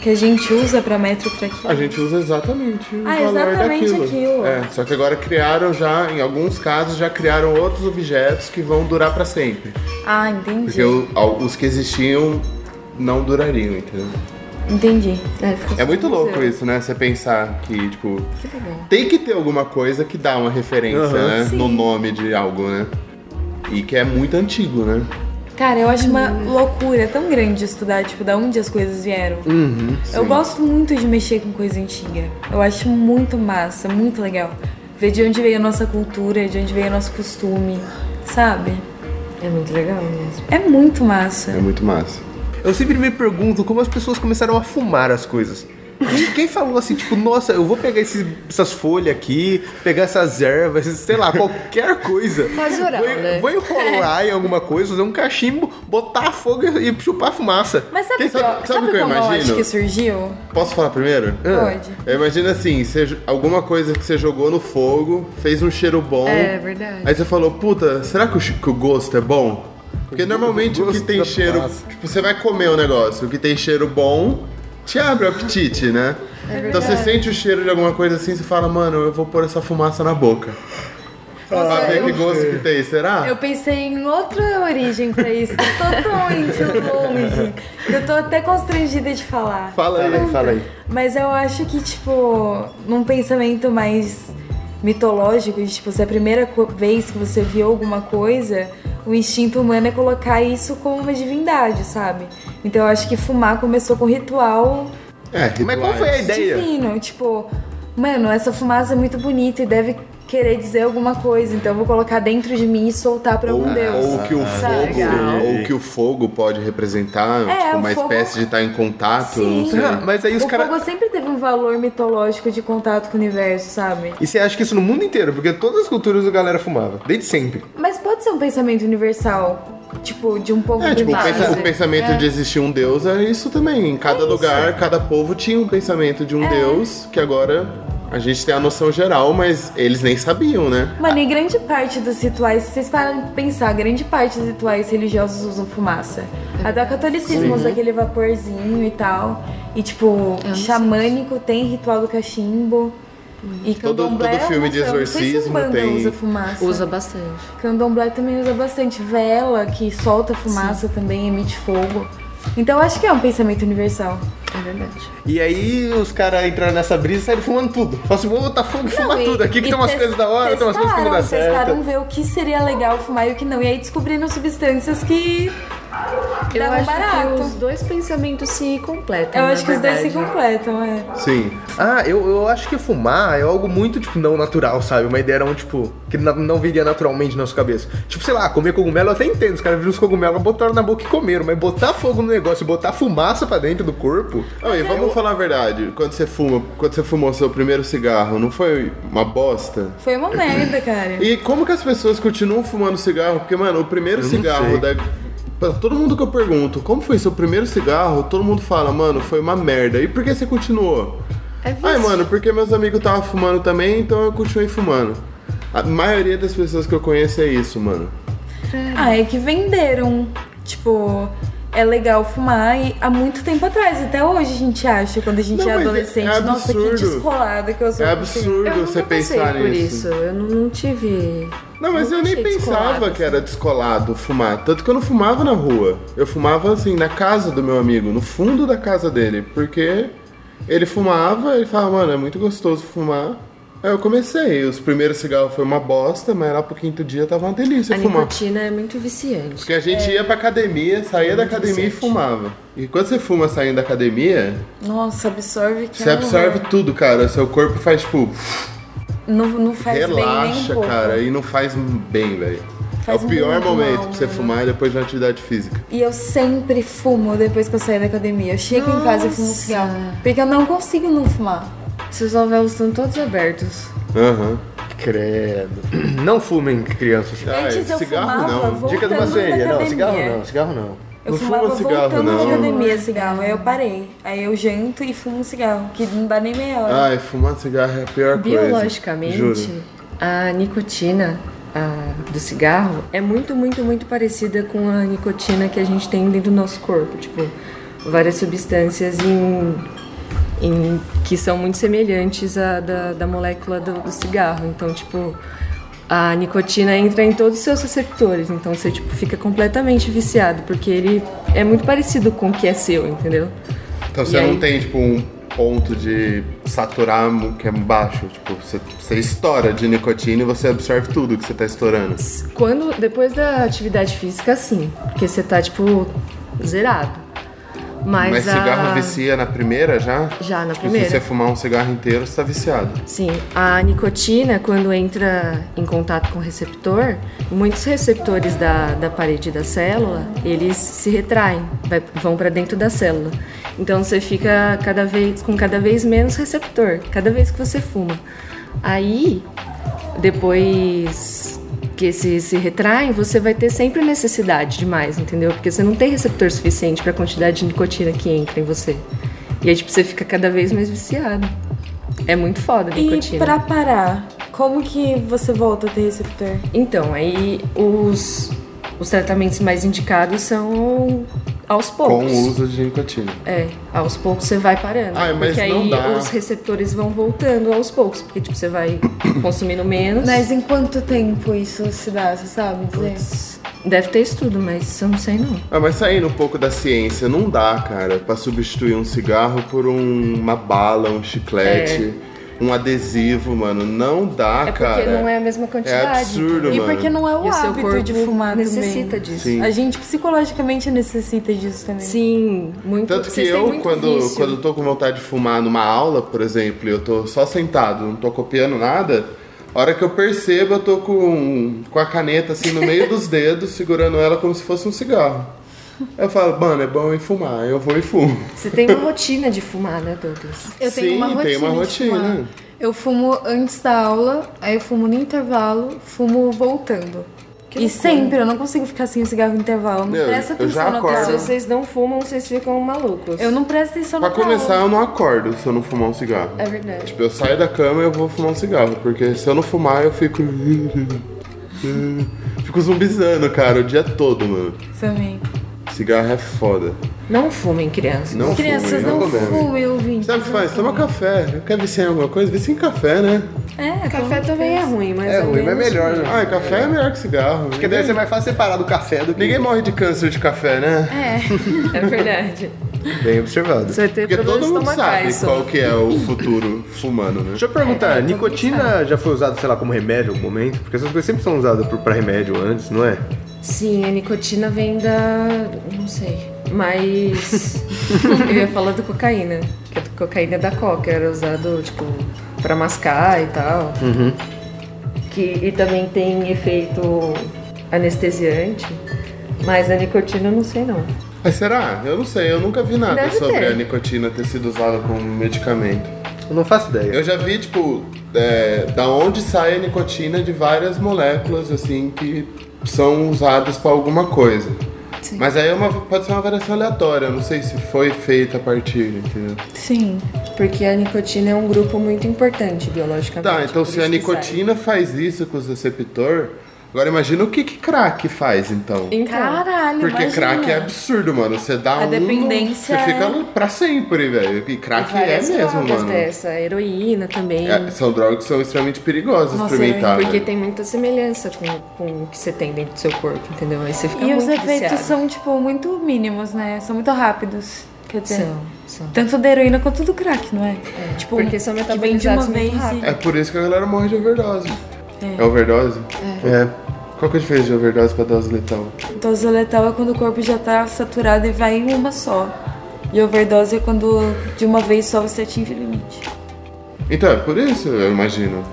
Speaker 2: que a gente usa pra metro pra quilo?
Speaker 3: A gente usa exatamente o
Speaker 2: Ah,
Speaker 3: valor
Speaker 2: exatamente
Speaker 3: daquilo.
Speaker 2: aquilo.
Speaker 3: É, só que agora criaram já, em alguns casos, já criaram outros objetos que vão durar pra sempre.
Speaker 2: Ah, entendi.
Speaker 3: Porque o- al- os que existiam não durariam, entendeu?
Speaker 2: Entendi.
Speaker 4: É, ficou
Speaker 3: É
Speaker 4: só
Speaker 3: muito
Speaker 4: um
Speaker 3: louco
Speaker 4: museu.
Speaker 3: isso, né? Você pensar que, tipo,
Speaker 4: Que legal.
Speaker 3: tem que ter alguma coisa que dá uma referência,
Speaker 1: Aham.
Speaker 3: né?
Speaker 2: Sim.
Speaker 3: No nome de algo, né? E que é muito antigo, né?
Speaker 2: Cara, eu acho uma loucura tão grande estudar, tipo, da onde as coisas vieram.
Speaker 3: Uhum,
Speaker 2: eu gosto muito de mexer com coisa antiga. Eu acho muito massa, muito legal. Ver de onde veio a nossa cultura, de onde veio o nosso costume, sabe?
Speaker 4: É muito legal mesmo.
Speaker 2: É muito massa.
Speaker 3: É muito massa.
Speaker 1: Eu sempre me pergunto como as pessoas começaram a fumar as coisas. Quem, quem falou assim, tipo, nossa, eu vou pegar esses- essas folhas aqui, pegar essas ervas, esses- sei lá, qualquer coisa.
Speaker 4: Faz oral,
Speaker 1: vou,
Speaker 4: né?
Speaker 1: vou enrolar em alguma coisa, usar um cachimbo, botar fogo e chupar fumaça.
Speaker 2: Mas sabe,
Speaker 3: Quem
Speaker 2: que, eu-
Speaker 3: sabe-
Speaker 2: sabe,
Speaker 3: sabe o que eu
Speaker 2: como eu acho
Speaker 3: imagino? Ah.
Speaker 2: que surgiu?
Speaker 3: Posso falar primeiro?
Speaker 2: Pode.
Speaker 3: Eu imagino assim, você jo- alguma coisa que você jogou no fogo, fez um cheiro bom.
Speaker 4: É, verdade.
Speaker 3: Aí você falou, puta, será que o, chi- que o gosto é bom? Porque normalmente o que
Speaker 1: gosto
Speaker 3: tem
Speaker 1: da
Speaker 3: cheiro.
Speaker 1: fumaça.
Speaker 3: Tipo, você vai comer o negócio, o que tem cheiro bom te abre o apetite, né?
Speaker 4: É
Speaker 3: então você sente o cheiro de alguma coisa assim e fala, mano, eu vou pôr essa fumaça na boca. pra ver que gosto que tem, será?
Speaker 2: Eu pensei em outra origem pra isso, totalmente longe. Eu tô até constrangida de falar.
Speaker 3: Fala aí, fala aí.
Speaker 2: Mas eu acho que, tipo, num pensamento mais mitológico, de, tipo, se é a primeira co- vez que você viu alguma coisa, o instinto humano é colocar isso como uma divindade, sabe? Então eu acho que fumar começou com ritual
Speaker 3: É,
Speaker 1: Mas qual foi a
Speaker 3: rituais.
Speaker 1: ideia?
Speaker 2: divino. Tipo, mano, essa fumaça é muito bonita e deve querer dizer alguma coisa, então eu vou colocar dentro de mim e soltar pra
Speaker 3: Ou,
Speaker 2: algum deus.
Speaker 3: ou que o
Speaker 2: sabe?
Speaker 3: fogo, ou que o fogo pode representar,
Speaker 2: É,
Speaker 3: tipo,
Speaker 2: o
Speaker 3: uma
Speaker 2: fogo-
Speaker 3: espécie de estar em contato, não
Speaker 2: Sim.
Speaker 3: sei.
Speaker 1: Ah, mas aí os
Speaker 2: O
Speaker 1: caras.
Speaker 2: fogo sempre teve um valor mitológico de contato com o universo, sabe?
Speaker 1: E você acha que isso no mundo inteiro, porque todas as culturas a galera fumava, desde sempre.
Speaker 2: Mas pode ser um pensamento universal, tipo, de um povo
Speaker 3: É, tipo, o,
Speaker 2: primário.
Speaker 3: pensa- o pensamento de existir um deus é isso também. Em cada lugar, cada povo tinha um pensamento de um
Speaker 2: É.
Speaker 3: deus, que agora a gente tem a noção geral, mas eles nem sabiam, né?
Speaker 2: Mano, e grande parte dos rituais, se vocês param de pensar, grande parte dos rituais religiosos usam fumaça. Até o catolicismo usa aquele vaporzinho e tal. E, tipo,
Speaker 4: não sei
Speaker 2: xamânico tem ritual do cachimbo. E
Speaker 3: Todo-
Speaker 2: candomblé
Speaker 3: todo filme
Speaker 2: usa-
Speaker 3: de exorcismo
Speaker 2: não sei se banda
Speaker 3: tem-
Speaker 2: usa fumaça.
Speaker 4: Usa bastante.
Speaker 2: Candomblé também usa bastante. Vela, que solta fumaça também, emite fogo. Então acho que é um pensamento universal.
Speaker 4: É verdade.
Speaker 1: E aí os caras entraram nessa brisa e saíram fumando tudo. Falaram assim, vou botar fogo e fumar
Speaker 2: Não, e-
Speaker 1: tudo aqui, que
Speaker 2: e
Speaker 1: tem umas
Speaker 2: tes-
Speaker 1: coisas da hora, tem umas coisas que não dá
Speaker 2: testaram, Testaram
Speaker 1: certo.
Speaker 2: ver o que seria legal fumar e o que não. E aí descobriram substâncias que
Speaker 4: Eu
Speaker 2: davam
Speaker 4: acho que
Speaker 2: barato.
Speaker 4: os dois pensamentos se completam.
Speaker 2: Eu
Speaker 4: na
Speaker 2: acho que os dois se
Speaker 4: é verdade.
Speaker 2: completam, é.
Speaker 3: Sim.
Speaker 1: Ah, eu, eu acho que fumar é algo muito, tipo, não natural, sabe? Uma ideia era um, tipo, que na- não viria naturalmente na nossa cabeça. Tipo, sei lá, comer cogumelo eu até entendo. Os caras viram os cogumelos, botaram na boca e comeram. Mas botar fogo no negócio, botar fumaça pra dentro do corpo...
Speaker 3: Não,
Speaker 2: É,
Speaker 3: e vamos falar a verdade. Quando você fuma, quando você fumou seu primeiro cigarro, não foi uma bosta?
Speaker 2: Foi uma merda, cara.
Speaker 3: E como que as pessoas continuam fumando cigarro? Porque, mano, o primeiro
Speaker 1: Eu não
Speaker 3: cigarro
Speaker 1: sei.
Speaker 3: da. Pra todo mundo que eu pergunto, como foi seu primeiro cigarro? Todo mundo fala, mano, foi uma merda. E por que você continuou?
Speaker 4: É vício.
Speaker 3: Ai, mano, porque meus amigos estavam fumando também, então eu continuei fumando. A maioria das pessoas que eu conheço é isso, mano.
Speaker 2: Ah, é que venderam. Tipo, é legal fumar e há muito tempo atrás. Até hoje a gente acha, quando a gente
Speaker 3: Não,
Speaker 2: é
Speaker 3: mas é-
Speaker 2: adolescente.
Speaker 3: é
Speaker 2: Nossa, que
Speaker 3: absurdo.
Speaker 2: descolada que eu sou.
Speaker 3: É
Speaker 4: Eu
Speaker 3: absurdo
Speaker 4: nunca passei
Speaker 3: você pensar
Speaker 4: por
Speaker 3: nisso.
Speaker 4: isso. Eu não, não tive.
Speaker 3: Não, mas eu
Speaker 4: Nunca
Speaker 3: nem
Speaker 4: achei
Speaker 3: pensava
Speaker 4: descolado,
Speaker 3: que era descolado fumar. Tanto que eu não fumava na rua. Eu fumava assim, na casa do meu amigo, no fundo da casa dele. Porque ele fumava, ele falava, mano, é muito gostoso fumar. Aí eu comecei. Os primeiros cigarros foi uma bosta, mas lá pro quinto dia tava uma delícia
Speaker 4: A
Speaker 3: fumar.
Speaker 4: nicotina é muito viciante.
Speaker 3: Porque a gente ia pra academia, saía da academia e
Speaker 4: É. viciante.
Speaker 3: fumava. E quando você fuma saindo da academia,
Speaker 2: Nossa, absorve que
Speaker 3: você
Speaker 2: é um
Speaker 3: absorve
Speaker 2: horror.
Speaker 3: tudo, cara. Seu corpo faz tipo,
Speaker 2: Não, não faz bem nem um
Speaker 3: relaxa,
Speaker 2: pouco.
Speaker 3: cara, e não faz bem, velho. É
Speaker 2: Faz
Speaker 3: o pior
Speaker 2: muito
Speaker 3: momento
Speaker 2: mal, né?
Speaker 3: pra você
Speaker 2: mano.
Speaker 3: fumar depois de uma atividade física.
Speaker 2: E eu sempre fumo depois que eu saio da academia. Eu chego em casa e fumo um
Speaker 4: Nossa.
Speaker 2: cigarro. Porque eu não consigo não fumar.
Speaker 4: Seus alvéolos estão todos abertos.
Speaker 3: Aham.
Speaker 1: Credo. Não fumem, crianças.
Speaker 3: Ah,
Speaker 2: Antes eu
Speaker 3: cigarro
Speaker 2: fumava,
Speaker 3: não.
Speaker 2: voltando
Speaker 1: Dica de uma
Speaker 2: da
Speaker 1: série. Não,
Speaker 2: academia.
Speaker 1: cigarro não, cigarro não.
Speaker 2: Eu
Speaker 3: Não
Speaker 2: fumava
Speaker 3: fuma cigarro,
Speaker 2: voltando da
Speaker 3: não.
Speaker 2: academia cigarro, aí eu parei. Aí eu janto e fumo cigarro, que não dá nem meia hora.
Speaker 3: Ai, fumar cigarro é a pior coisa.
Speaker 4: Biologicamente,
Speaker 3: Juro.
Speaker 4: a nicotina a, do cigarro é muito, muito, muito parecida com a nicotina que a gente tem dentro do nosso corpo. Tipo, várias substâncias em, em- que são muito semelhantes à da, da molécula do, do cigarro. Então, tipo, a nicotina entra em todos os seus receptores. Então, você tipo, fica completamente viciado, porque ele é muito parecido com o que é seu, entendeu?
Speaker 3: Então
Speaker 4: E
Speaker 3: você
Speaker 4: aí?
Speaker 3: não tem, tipo, um ponto de saturar mu- que é baixo. Tipo, você, você estoura de nicotina e você absorve tudo que você tá estourando.
Speaker 4: Quando, depois da atividade física, sim. Porque você tá, tipo, zerado. Mas,
Speaker 3: Mas
Speaker 4: a-
Speaker 3: cigarro é vicia na primeira já?
Speaker 4: Já na
Speaker 3: Tipo,
Speaker 4: primeira.
Speaker 3: Se você fumar um cigarro inteiro, você tá viciado.
Speaker 4: Sim, a nicotina, quando entra em contato com o receptor, muitos receptores da, da parede da célula, eles se retraem, vai- vão para dentro da célula. Então você fica cada vez com cada vez menos receptor, cada vez que você fuma. Aí, depois que esses se retraem, você vai ter sempre necessidade de mais, entendeu? Porque você não tem receptor suficiente para a quantidade de nicotina que entra em você. E aí, tipo, você fica cada vez mais viciado. É muito foda a
Speaker 2: e
Speaker 4: nicotina.
Speaker 2: pra parar, como que você volta a ter receptor?
Speaker 4: Então, aí os, os tratamentos mais indicados são aos
Speaker 3: Com
Speaker 4: poucos.
Speaker 3: o uso de nicotina.
Speaker 4: É, aos poucos você vai parando.
Speaker 3: Ai, mas
Speaker 4: porque
Speaker 3: não
Speaker 4: aí
Speaker 3: dá.
Speaker 4: os receptores vão voltando aos poucos. Porque, tipo, você vai consumindo menos.
Speaker 2: Mas em quanto tempo isso se dá, você sabe dizer?
Speaker 4: Deve ter estudo, mas eu não sei não.
Speaker 3: Ah, mas saindo um pouco da ciência, não dá, cara, pra substituir um cigarro por um- uma bala, um chiclete, um adesivo, mano. Não dá,
Speaker 4: é porque
Speaker 3: Ah, cara.
Speaker 4: não é a mesma
Speaker 3: É
Speaker 4: quantidade.
Speaker 3: absurdo,
Speaker 2: E
Speaker 3: mano.
Speaker 2: porque não é o,
Speaker 4: E o seu
Speaker 2: hábito
Speaker 4: corpo
Speaker 2: de fumar
Speaker 4: necessita
Speaker 2: também.
Speaker 4: disso.
Speaker 3: Sim.
Speaker 2: A gente psicologicamente necessita disso também.
Speaker 4: Sim, muito.
Speaker 3: Tanto que
Speaker 4: vocês têm
Speaker 3: eu,
Speaker 4: muito
Speaker 3: quando,
Speaker 4: vício.
Speaker 3: quando eu tô com vontade de fumar numa aula, por exemplo, e eu tô só sentado, não tô copiando nada, a hora que eu percebo, eu tô com, com a caneta assim no meio dos dedos, segurando ela como se fosse um cigarro. Aí Eu falo, mano, é bom eu fumar, eu vou e fumo.
Speaker 4: Você tem uma rotina de fumar, né, Douglas?
Speaker 2: Eu tenho
Speaker 3: Sim,
Speaker 2: uma rotina.
Speaker 3: tem uma
Speaker 2: de
Speaker 3: rotina.
Speaker 2: fumar. Eu fumo antes da aula, aí eu fumo no intervalo, fumo voltando. e
Speaker 4: Que loucura.
Speaker 2: sempre, eu não consigo ficar sem o cigarro no intervalo. Não
Speaker 3: Meu,
Speaker 2: presta
Speaker 3: eu já
Speaker 2: atenção na
Speaker 3: acordo.
Speaker 4: Se
Speaker 2: aula.
Speaker 4: vocês não fumam, vocês ficam malucos.
Speaker 2: Eu não presto atenção
Speaker 3: Pra
Speaker 2: na
Speaker 3: começar,
Speaker 2: aula.
Speaker 3: eu não acordo se eu não fumar um cigarro.
Speaker 4: É verdade.
Speaker 3: Tipo, eu saio da cama e eu vou fumar um cigarro, porque se eu não fumar, eu fico. Fico zumbizando, cara, o dia todo, mano.
Speaker 2: Também.
Speaker 3: Cigarro é foda.
Speaker 4: Não fumem, crianças.
Speaker 3: Não
Speaker 2: Crianças,
Speaker 3: fumem,
Speaker 2: não
Speaker 3: comem.
Speaker 2: fumem, ouvintes.
Speaker 3: Sabe o que faz? Toma café. Quer viciar em alguma coisa? Vicia em café, né?
Speaker 2: É,
Speaker 4: Café também é ruim, mas.
Speaker 1: É
Speaker 4: ao
Speaker 1: ruim, mas é
Speaker 4: menos-
Speaker 1: melhor, né?
Speaker 3: Ah, e café é melhor que cigarro.
Speaker 1: Porque deve ser mais fácil separar do café do que.
Speaker 3: Ninguém morre de câncer de café, né?
Speaker 2: É.
Speaker 4: É verdade.
Speaker 1: Bem observado.
Speaker 4: Você vai ter
Speaker 3: Porque todo
Speaker 4: problemas
Speaker 3: mundo sabe
Speaker 4: estomacais. só.
Speaker 3: qual que é o futuro fumando, né?
Speaker 1: Deixa eu perguntar, nicotina já foi usada, sei lá, como remédio em algum momento? Porque essas coisas sempre são usadas pro- pra remédio antes, não é?
Speaker 4: Sim, a nicotina vem da. não sei. Mas. eu ia falar do cocaína. Que a cocaína é da coca, era usado, tipo, pra mascar e tal.
Speaker 3: Uhum.
Speaker 4: Que, e também tem efeito anestesiante. Mas a nicotina eu não sei não.
Speaker 3: Mas será? Eu não sei, eu nunca vi nada
Speaker 4: Deve
Speaker 3: sobre
Speaker 4: ter.
Speaker 3: a nicotina ter sido usada como medicamento.
Speaker 1: Eu não faço ideia.
Speaker 3: Eu já vi, tipo, é, da onde sai a nicotina de várias moléculas, assim, que são usadas pra alguma coisa.
Speaker 4: Sim.
Speaker 3: Mas aí é uma, pode ser uma variação aleatória, eu não sei se foi feita a partir, entendeu?
Speaker 2: Sim.
Speaker 4: Porque a nicotina é um grupo muito importante biologicamente.
Speaker 3: Tá, então
Speaker 4: por
Speaker 3: se
Speaker 4: isso
Speaker 3: a
Speaker 4: que
Speaker 3: nicotina faz isso com os receptor, agora imagina o que que crack faz, então.
Speaker 4: sai. Então,
Speaker 2: Caralho,
Speaker 3: Porque
Speaker 2: imagina.
Speaker 3: crack é absurdo, mano. Você dá
Speaker 2: A
Speaker 3: um.
Speaker 2: dependência
Speaker 3: Você fica
Speaker 2: é-
Speaker 3: pra sempre, velho. E crack é
Speaker 4: várias
Speaker 3: mesmo,
Speaker 4: drogas
Speaker 3: mano.
Speaker 4: dessa, a heroína também.
Speaker 3: É, são drogas que são extremamente perigosas
Speaker 2: Nossa,
Speaker 3: experimentar.
Speaker 4: é,
Speaker 3: né?
Speaker 4: Porque
Speaker 3: velho.
Speaker 4: tem muita semelhança com, com o que você tem dentro do seu corpo, entendeu? Aí você fica
Speaker 2: E
Speaker 4: muito
Speaker 2: os efeitos
Speaker 4: viciado.
Speaker 2: são, tipo, muito mínimos, né? São muito rápidos. Quer dizer,
Speaker 4: São, assim. são.
Speaker 2: tanto da heroína quanto do crack, não é? tipo,
Speaker 4: porque são
Speaker 2: que vem de
Speaker 4: metabolizados
Speaker 2: uma
Speaker 4: muito
Speaker 2: vez e-
Speaker 4: rápido.
Speaker 3: É por isso que a galera morre de overdose.
Speaker 2: É.
Speaker 3: É, overdose?
Speaker 1: É.
Speaker 3: Qual que é a diferença de overdose pra dose letal?
Speaker 2: Dose letal é quando o corpo já tá saturado e vai em uma só. E overdose é quando de uma vez só você atinge o limite.
Speaker 3: Então, é por isso, eu imagino.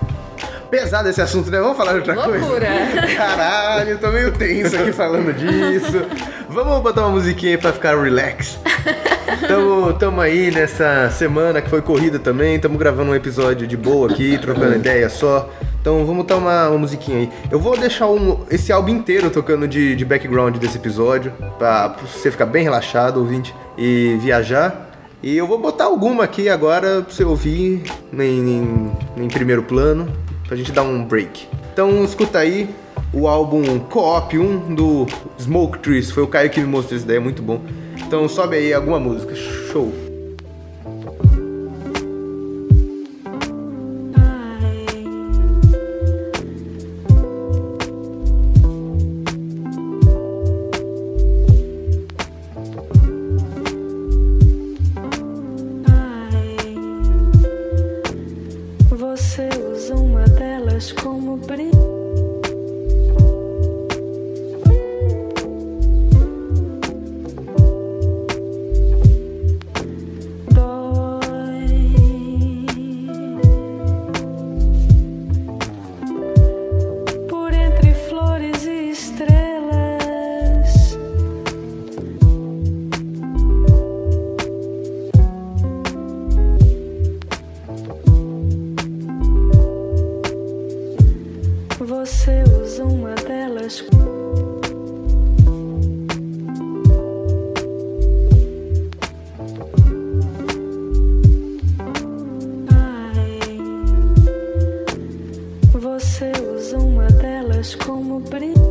Speaker 1: Pesado esse assunto, né? Vamos falar de outra
Speaker 4: Loucura.
Speaker 1: coisa? Caralho, eu tô meio tenso aqui falando disso. Vamos botar uma musiquinha aí pra ficar relax. Tamo, tamo aí nessa semana que foi corrida também. Tamo gravando um episódio de boa aqui, trocando ideia só. Então vamos botar uma, uma musiquinha aí. Eu vou deixar um- esse álbum inteiro tocando de, de background desse episódio, pra, pra você ficar bem relaxado, ouvinte, e viajar. E eu vou botar alguma aqui agora pra você ouvir em, em, em primeiro plano, pra gente dar um break. Então escuta aí o álbum Co-op 1 do Smoke Trees. Foi o Caio que me mostrou isso daí, é muito bom. Então sobe aí alguma música. Show!
Speaker 5: Você usa uma delas como brinde. Dói. Por entre flores e estrelas. Você usa uma delas. Ai, Você usa uma delas como brinde.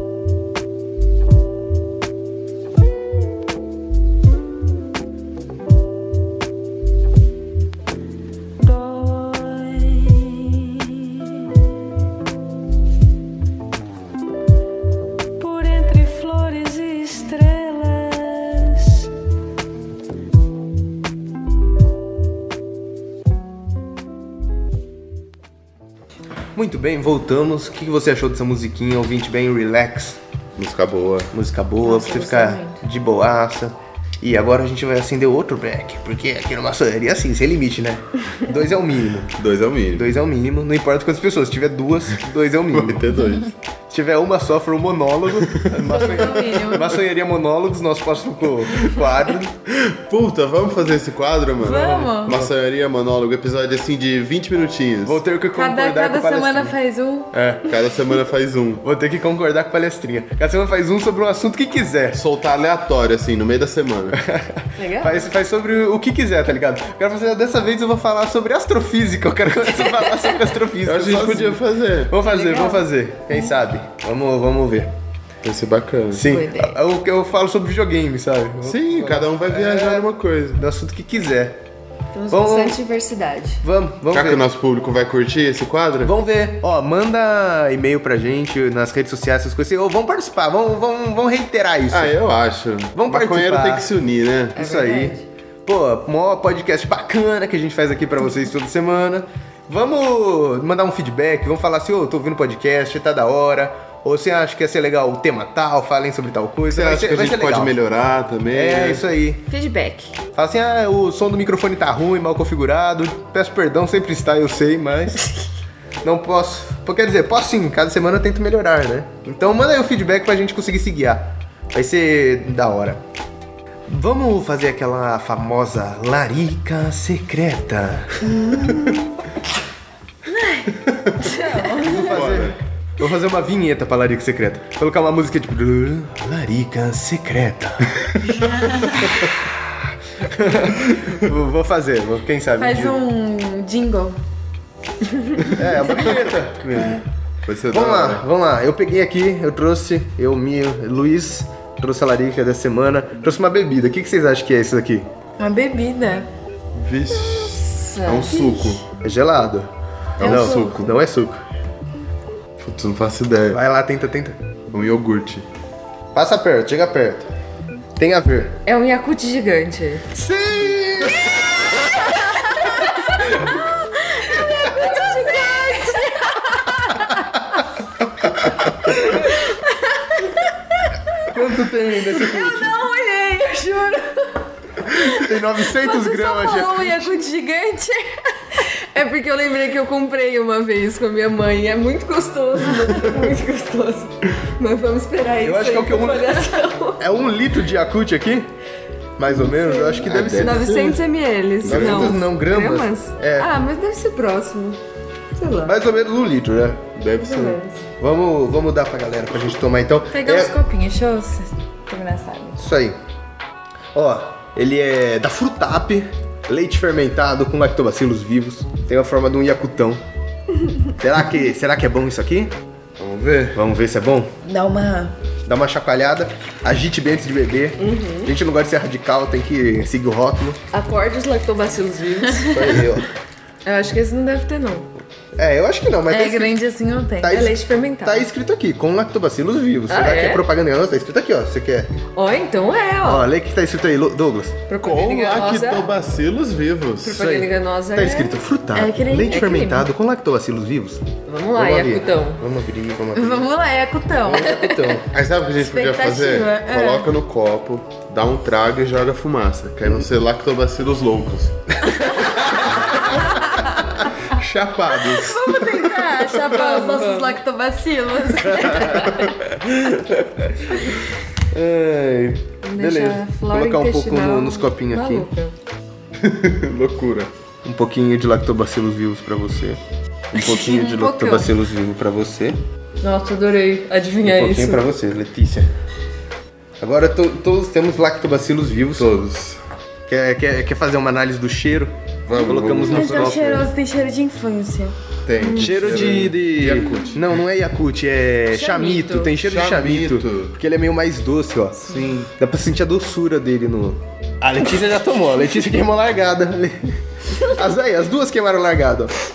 Speaker 5: Dói. por entre flores e estrelas.
Speaker 1: Muito bem, voltamos. O que que você achou dessa musiquinha? Ouvinte bem, relax.
Speaker 3: Música boa.
Speaker 1: Música boa,
Speaker 4: Nossa,
Speaker 1: pra você
Speaker 4: eu
Speaker 1: ficar
Speaker 4: gostei muito.
Speaker 1: de boaça. E agora a gente vai acender outro break, porque aqui na maçonaria é assim, sem limite, né? Dois é o mínimo.
Speaker 3: Dois um é o mínimo.
Speaker 1: Dois é o mínimo, não importa quantas pessoas. Se tiver duas, dois é o mínimo.
Speaker 3: Vai ter dois.
Speaker 1: Se tiver uma só, for um monólogo.
Speaker 2: é
Speaker 1: Maçonharia, maçonharia monólogos, nosso próximo co- quadro.
Speaker 3: Puta, vamos fazer esse quadro, mano?
Speaker 2: Vamos.
Speaker 3: Maçonharia Monólogo, episódio assim de 20 minutinhos.
Speaker 1: Vou ter que concordar
Speaker 2: Cada, cada
Speaker 1: com o
Speaker 2: semana
Speaker 1: palestrinha.
Speaker 2: faz um.
Speaker 1: É.
Speaker 3: Cada semana faz um.
Speaker 1: Vou ter que concordar com a palestrinha. Cada semana faz um sobre um assunto que quiser.
Speaker 3: Soltar aleatório, assim, no meio da semana.
Speaker 4: Legal?
Speaker 1: Faz, faz sobre o que quiser, tá ligado? Eu quero fazer, dessa vez eu vou falar sobre astrofísica. Eu quero começar a falar sobre astrofísica.
Speaker 3: Eu acho que a gente
Speaker 1: sozinho.
Speaker 3: podia fazer.
Speaker 2: Tá
Speaker 1: Vou fazer, vou fazer. Quem sabe? Vamos, vamos ver.
Speaker 3: Vai ser bacana.
Speaker 1: Sim.
Speaker 4: Boa ideia.
Speaker 1: Eu, eu falo sobre videogame, sabe? Eu-
Speaker 3: Sim, cada um vai viajar numa coisa.
Speaker 1: Do assunto que quiser.
Speaker 4: Temos
Speaker 1: Vamos-
Speaker 4: bastante diversidade.
Speaker 1: Vamos, vamos
Speaker 3: Será que
Speaker 1: ver.
Speaker 3: o nosso público vai curtir esse quadro?
Speaker 1: Vamos ver. Ó, manda e-mail pra gente nas redes sociais, essas coisas. Ou vamos participar, vamos, vamos, vamos reiterar isso.
Speaker 3: Ah, eu acho.
Speaker 1: Vamos
Speaker 3: Maconheiro
Speaker 1: participar.
Speaker 3: tem que se unir, né?
Speaker 1: isso aí. Pô, maior podcast bacana que a gente faz aqui pra vocês toda semana. Vamos mandar um feedback, vamos falar assim, ô, tô ouvindo podcast, tá da hora. Ou você acha que ia ser legal o tema tal, falem sobre tal coisa.
Speaker 3: Você
Speaker 1: Vai
Speaker 3: acha
Speaker 1: ser-
Speaker 3: que a
Speaker 1: vai
Speaker 3: gente
Speaker 1: ser
Speaker 3: pode
Speaker 1: legal.
Speaker 3: melhorar também?
Speaker 1: É, isso aí.
Speaker 4: Feedback.
Speaker 1: Fala assim, ah, o som do microfone tá ruim, mal configurado. Peço perdão, sempre está, eu sei, mas... Não posso... Pô, Quer dizer, posso sim, cada semana eu tento melhorar, né? Então manda aí o feedback pra gente conseguir se guiar. Vai ser da hora. Vamos fazer aquela famosa larica secreta.
Speaker 2: Hum.
Speaker 1: Vou fazer, vou fazer uma vinheta pra larica secreta. Vou colocar uma música tipo... Larica secreta. Vou vou fazer, vou- quem sabe.
Speaker 2: Faz
Speaker 1: dia.
Speaker 2: um jingle.
Speaker 1: É, uma vinheta mesmo.
Speaker 3: Vai ser
Speaker 1: Vamos
Speaker 3: da
Speaker 1: lá,
Speaker 3: hora.
Speaker 1: vamos lá. Eu peguei aqui, eu trouxe, eu, Mio, Luiz, trouxe a larica dessa semana, trouxe uma bebida. O que, que vocês acham que é isso daqui?
Speaker 2: Uma bebida.
Speaker 3: Vixe. É um suco.
Speaker 1: É gelado.
Speaker 3: É um
Speaker 1: não,
Speaker 3: suco.
Speaker 1: Não é suco.
Speaker 3: Putz, não faço ideia.
Speaker 1: Vai lá, tenta, tenta.
Speaker 3: Um iogurte.
Speaker 1: Passa perto, chega perto. Tem a ver.
Speaker 4: É um Yakut gigante.
Speaker 1: Sim! Quanto tem desse curso?
Speaker 2: Não olhei, eu juro.
Speaker 1: Tem 900
Speaker 2: Você só
Speaker 1: gramas de
Speaker 2: falou um Yakut gigante.
Speaker 4: É porque eu lembrei que eu comprei uma vez com a minha mãe. É muito gostoso, muito gostoso. Mas vamos esperar isso.
Speaker 1: acho que é
Speaker 4: aí,
Speaker 1: o que eu-
Speaker 4: comparação.
Speaker 1: É um litro de Yakut aqui? Mais ou menos? Eu acho que deve
Speaker 3: Ah,
Speaker 1: ser.
Speaker 4: 900 ml.
Speaker 1: 900 É. não, gramas. É.
Speaker 4: Ah, mas deve ser próximo. Sei lá.
Speaker 1: Mais ou menos um litro, né?
Speaker 3: Deve ser.
Speaker 1: Vamos, vamos dar pra galera pra gente tomar então.
Speaker 2: Pegar
Speaker 1: é
Speaker 2: uns copinhos, deixa eu terminar essa água.
Speaker 1: isso aí. Ó, ele é da Frutap, leite fermentado com lactobacilos vivos. Tem a forma de um Yakutão. será, que, será que é bom isso aqui?
Speaker 3: Vamos ver.
Speaker 1: Vamos ver se é bom?
Speaker 2: Dá uma.
Speaker 1: Dá uma chacoalhada, agite bem antes de beber.
Speaker 4: Uhum.
Speaker 1: A gente não gosta de ser radical, tem que seguir o rótulo.
Speaker 4: Acorde os lactobacilos vivos.
Speaker 1: Isso aí, ó.
Speaker 4: eu acho que esse não deve ter, não.
Speaker 1: É, eu acho que não, mas
Speaker 2: É
Speaker 1: tem que-
Speaker 2: grande assim, não tem.
Speaker 1: Tá
Speaker 4: É
Speaker 1: es-
Speaker 4: leite fermentado.
Speaker 1: Tá escrito aqui, com lactobacilos vivos. Será
Speaker 4: Ah,
Speaker 1: que é
Speaker 4: é?
Speaker 1: propaganda enganosa? Tá escrito aqui, ó. Você quer?
Speaker 4: Ó, então é, ó.
Speaker 1: Ó, lê o que tá escrito aí, Lu- Douglas.
Speaker 4: Propaganda
Speaker 3: Com
Speaker 4: enganosa.
Speaker 3: lactobacilos vivos.
Speaker 1: Isso aí.
Speaker 4: Propaganda enganosa
Speaker 1: Tá
Speaker 4: é-
Speaker 1: escrito frutar,
Speaker 2: é creme.
Speaker 1: leite
Speaker 4: É creme.
Speaker 1: fermentado com lactobacilos vivos.
Speaker 4: Vamos lá,
Speaker 1: abrir.
Speaker 4: Yakutão.
Speaker 1: Vamos abrir, vamos abrir.
Speaker 2: Vamos lá, é Yakutão.
Speaker 1: Então,
Speaker 3: Aí sabe o que a gente podia fazer?
Speaker 2: Expectativa, é.
Speaker 3: Coloca no copo, dá um trago e joga fumaça. Que aí vão ser lactobacilos loucos. Chapados.
Speaker 2: Vamos tentar achar pra os nossos lactobacilos.
Speaker 1: ai, beleza.
Speaker 4: Deixa a
Speaker 1: Vou
Speaker 4: flora
Speaker 1: colocar um pouco
Speaker 4: intestinal
Speaker 1: no- nos copinhos aqui.
Speaker 4: maluca.
Speaker 3: Loucura.
Speaker 1: Um pouquinho de lactobacilos vivos pra você. Um pouquinho de
Speaker 2: Um pouquinho.
Speaker 1: lactobacilos vivos pra você.
Speaker 4: Nossa, adorei
Speaker 1: Um
Speaker 4: adivinhar
Speaker 1: pouquinho
Speaker 4: É isso.
Speaker 1: pra você, Letícia. Agora to- todos temos lactobacilos vivos.
Speaker 3: Todos.
Speaker 1: Quer, quer, quer fazer uma análise do cheiro?
Speaker 3: Vamos,
Speaker 1: Colocamos
Speaker 3: vamos.
Speaker 4: é
Speaker 1: nos
Speaker 4: um
Speaker 2: Então
Speaker 1: copos.
Speaker 2: cheiroso, tem cheiro de infância.
Speaker 3: Tem.
Speaker 1: Cheiro de. de...
Speaker 3: Yakut.
Speaker 1: Não, não é Yakut, é chamito.
Speaker 4: Chamito.
Speaker 1: Tem cheiro
Speaker 3: Chamito.
Speaker 1: de chamito. Porque ele é meio mais doce, ó.
Speaker 3: Sim.
Speaker 1: Dá pra sentir a doçura dele no. A Letícia já tomou, a Letícia queimou largada. As, aí, as duas queimaram largada, ó.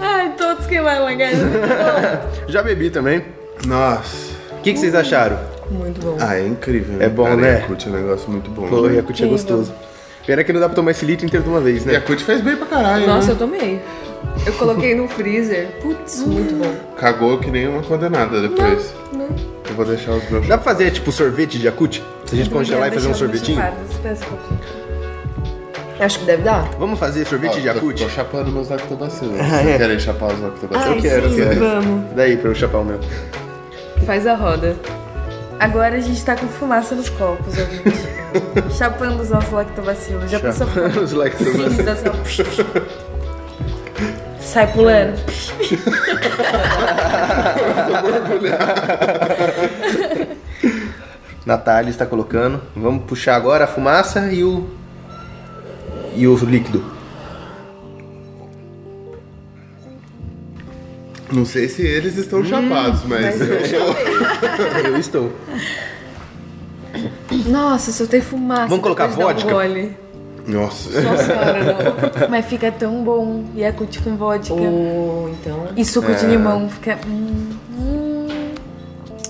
Speaker 2: Ai, todos queimaram a garganta.
Speaker 1: Já bebi também.
Speaker 3: Nossa.
Speaker 1: O que, que vocês acharam?
Speaker 4: Muito bom.
Speaker 3: Ah, é incrível.
Speaker 1: É bom,
Speaker 3: Cara,
Speaker 1: né?
Speaker 3: Yakut é um negócio muito bom.
Speaker 2: Hum,
Speaker 1: Pô, Yakut é gostoso. Pena que não dá pra tomar esse litro inteiro de uma vez, né?
Speaker 3: Yakut fez bem pra caralho,
Speaker 4: Nossa,
Speaker 3: né?
Speaker 4: eu tomei. Eu coloquei no freezer. Putz, muito bom.
Speaker 3: Cagou que nem uma condenada depois.
Speaker 4: Não.
Speaker 3: Eu vou deixar os meus...
Speaker 1: Dá pra fazer tipo sorvete de Yakut? Se a
Speaker 2: Hum,
Speaker 1: gente congelar e fazer um sorvetinho?
Speaker 2: um
Speaker 4: Acho que deve dar.
Speaker 1: Vamos fazer sorvete de
Speaker 3: Ó, tô-
Speaker 1: Yakut?
Speaker 3: Ah, Tô chapando meus lactobacilos.
Speaker 1: Ah,
Speaker 3: Vocês
Speaker 1: é.
Speaker 3: querem chapar os lactobacilos?
Speaker 1: Eu quero,
Speaker 2: sim,
Speaker 1: eu quero.
Speaker 2: vamos.
Speaker 1: Daí pra eu chapar o meu.
Speaker 4: Faz a roda.
Speaker 2: Agora a gente tá com fumaça nos copos, ouvinte. Chapando os nossos lactobacilos. Já pensou ficar
Speaker 1: Os lactobacilos.
Speaker 2: cinza, assim, ó. Sai pulando.
Speaker 1: Natália está colocando. Vamos puxar agora a fumaça e o. E o líquido.
Speaker 3: Não sei se eles estão chapados, mas...
Speaker 1: Eu estou.
Speaker 4: Nossa, soltei fumaça.
Speaker 1: Vamos colocar
Speaker 4: depois dá um
Speaker 1: vodka?
Speaker 4: gole.
Speaker 3: Nossa.
Speaker 4: Nossa senhora,
Speaker 2: Mas fica tão bom. é Yakult com tipo vodka.
Speaker 4: não. Ou então.
Speaker 2: E suco
Speaker 1: É.
Speaker 2: de limão. Fica. hum,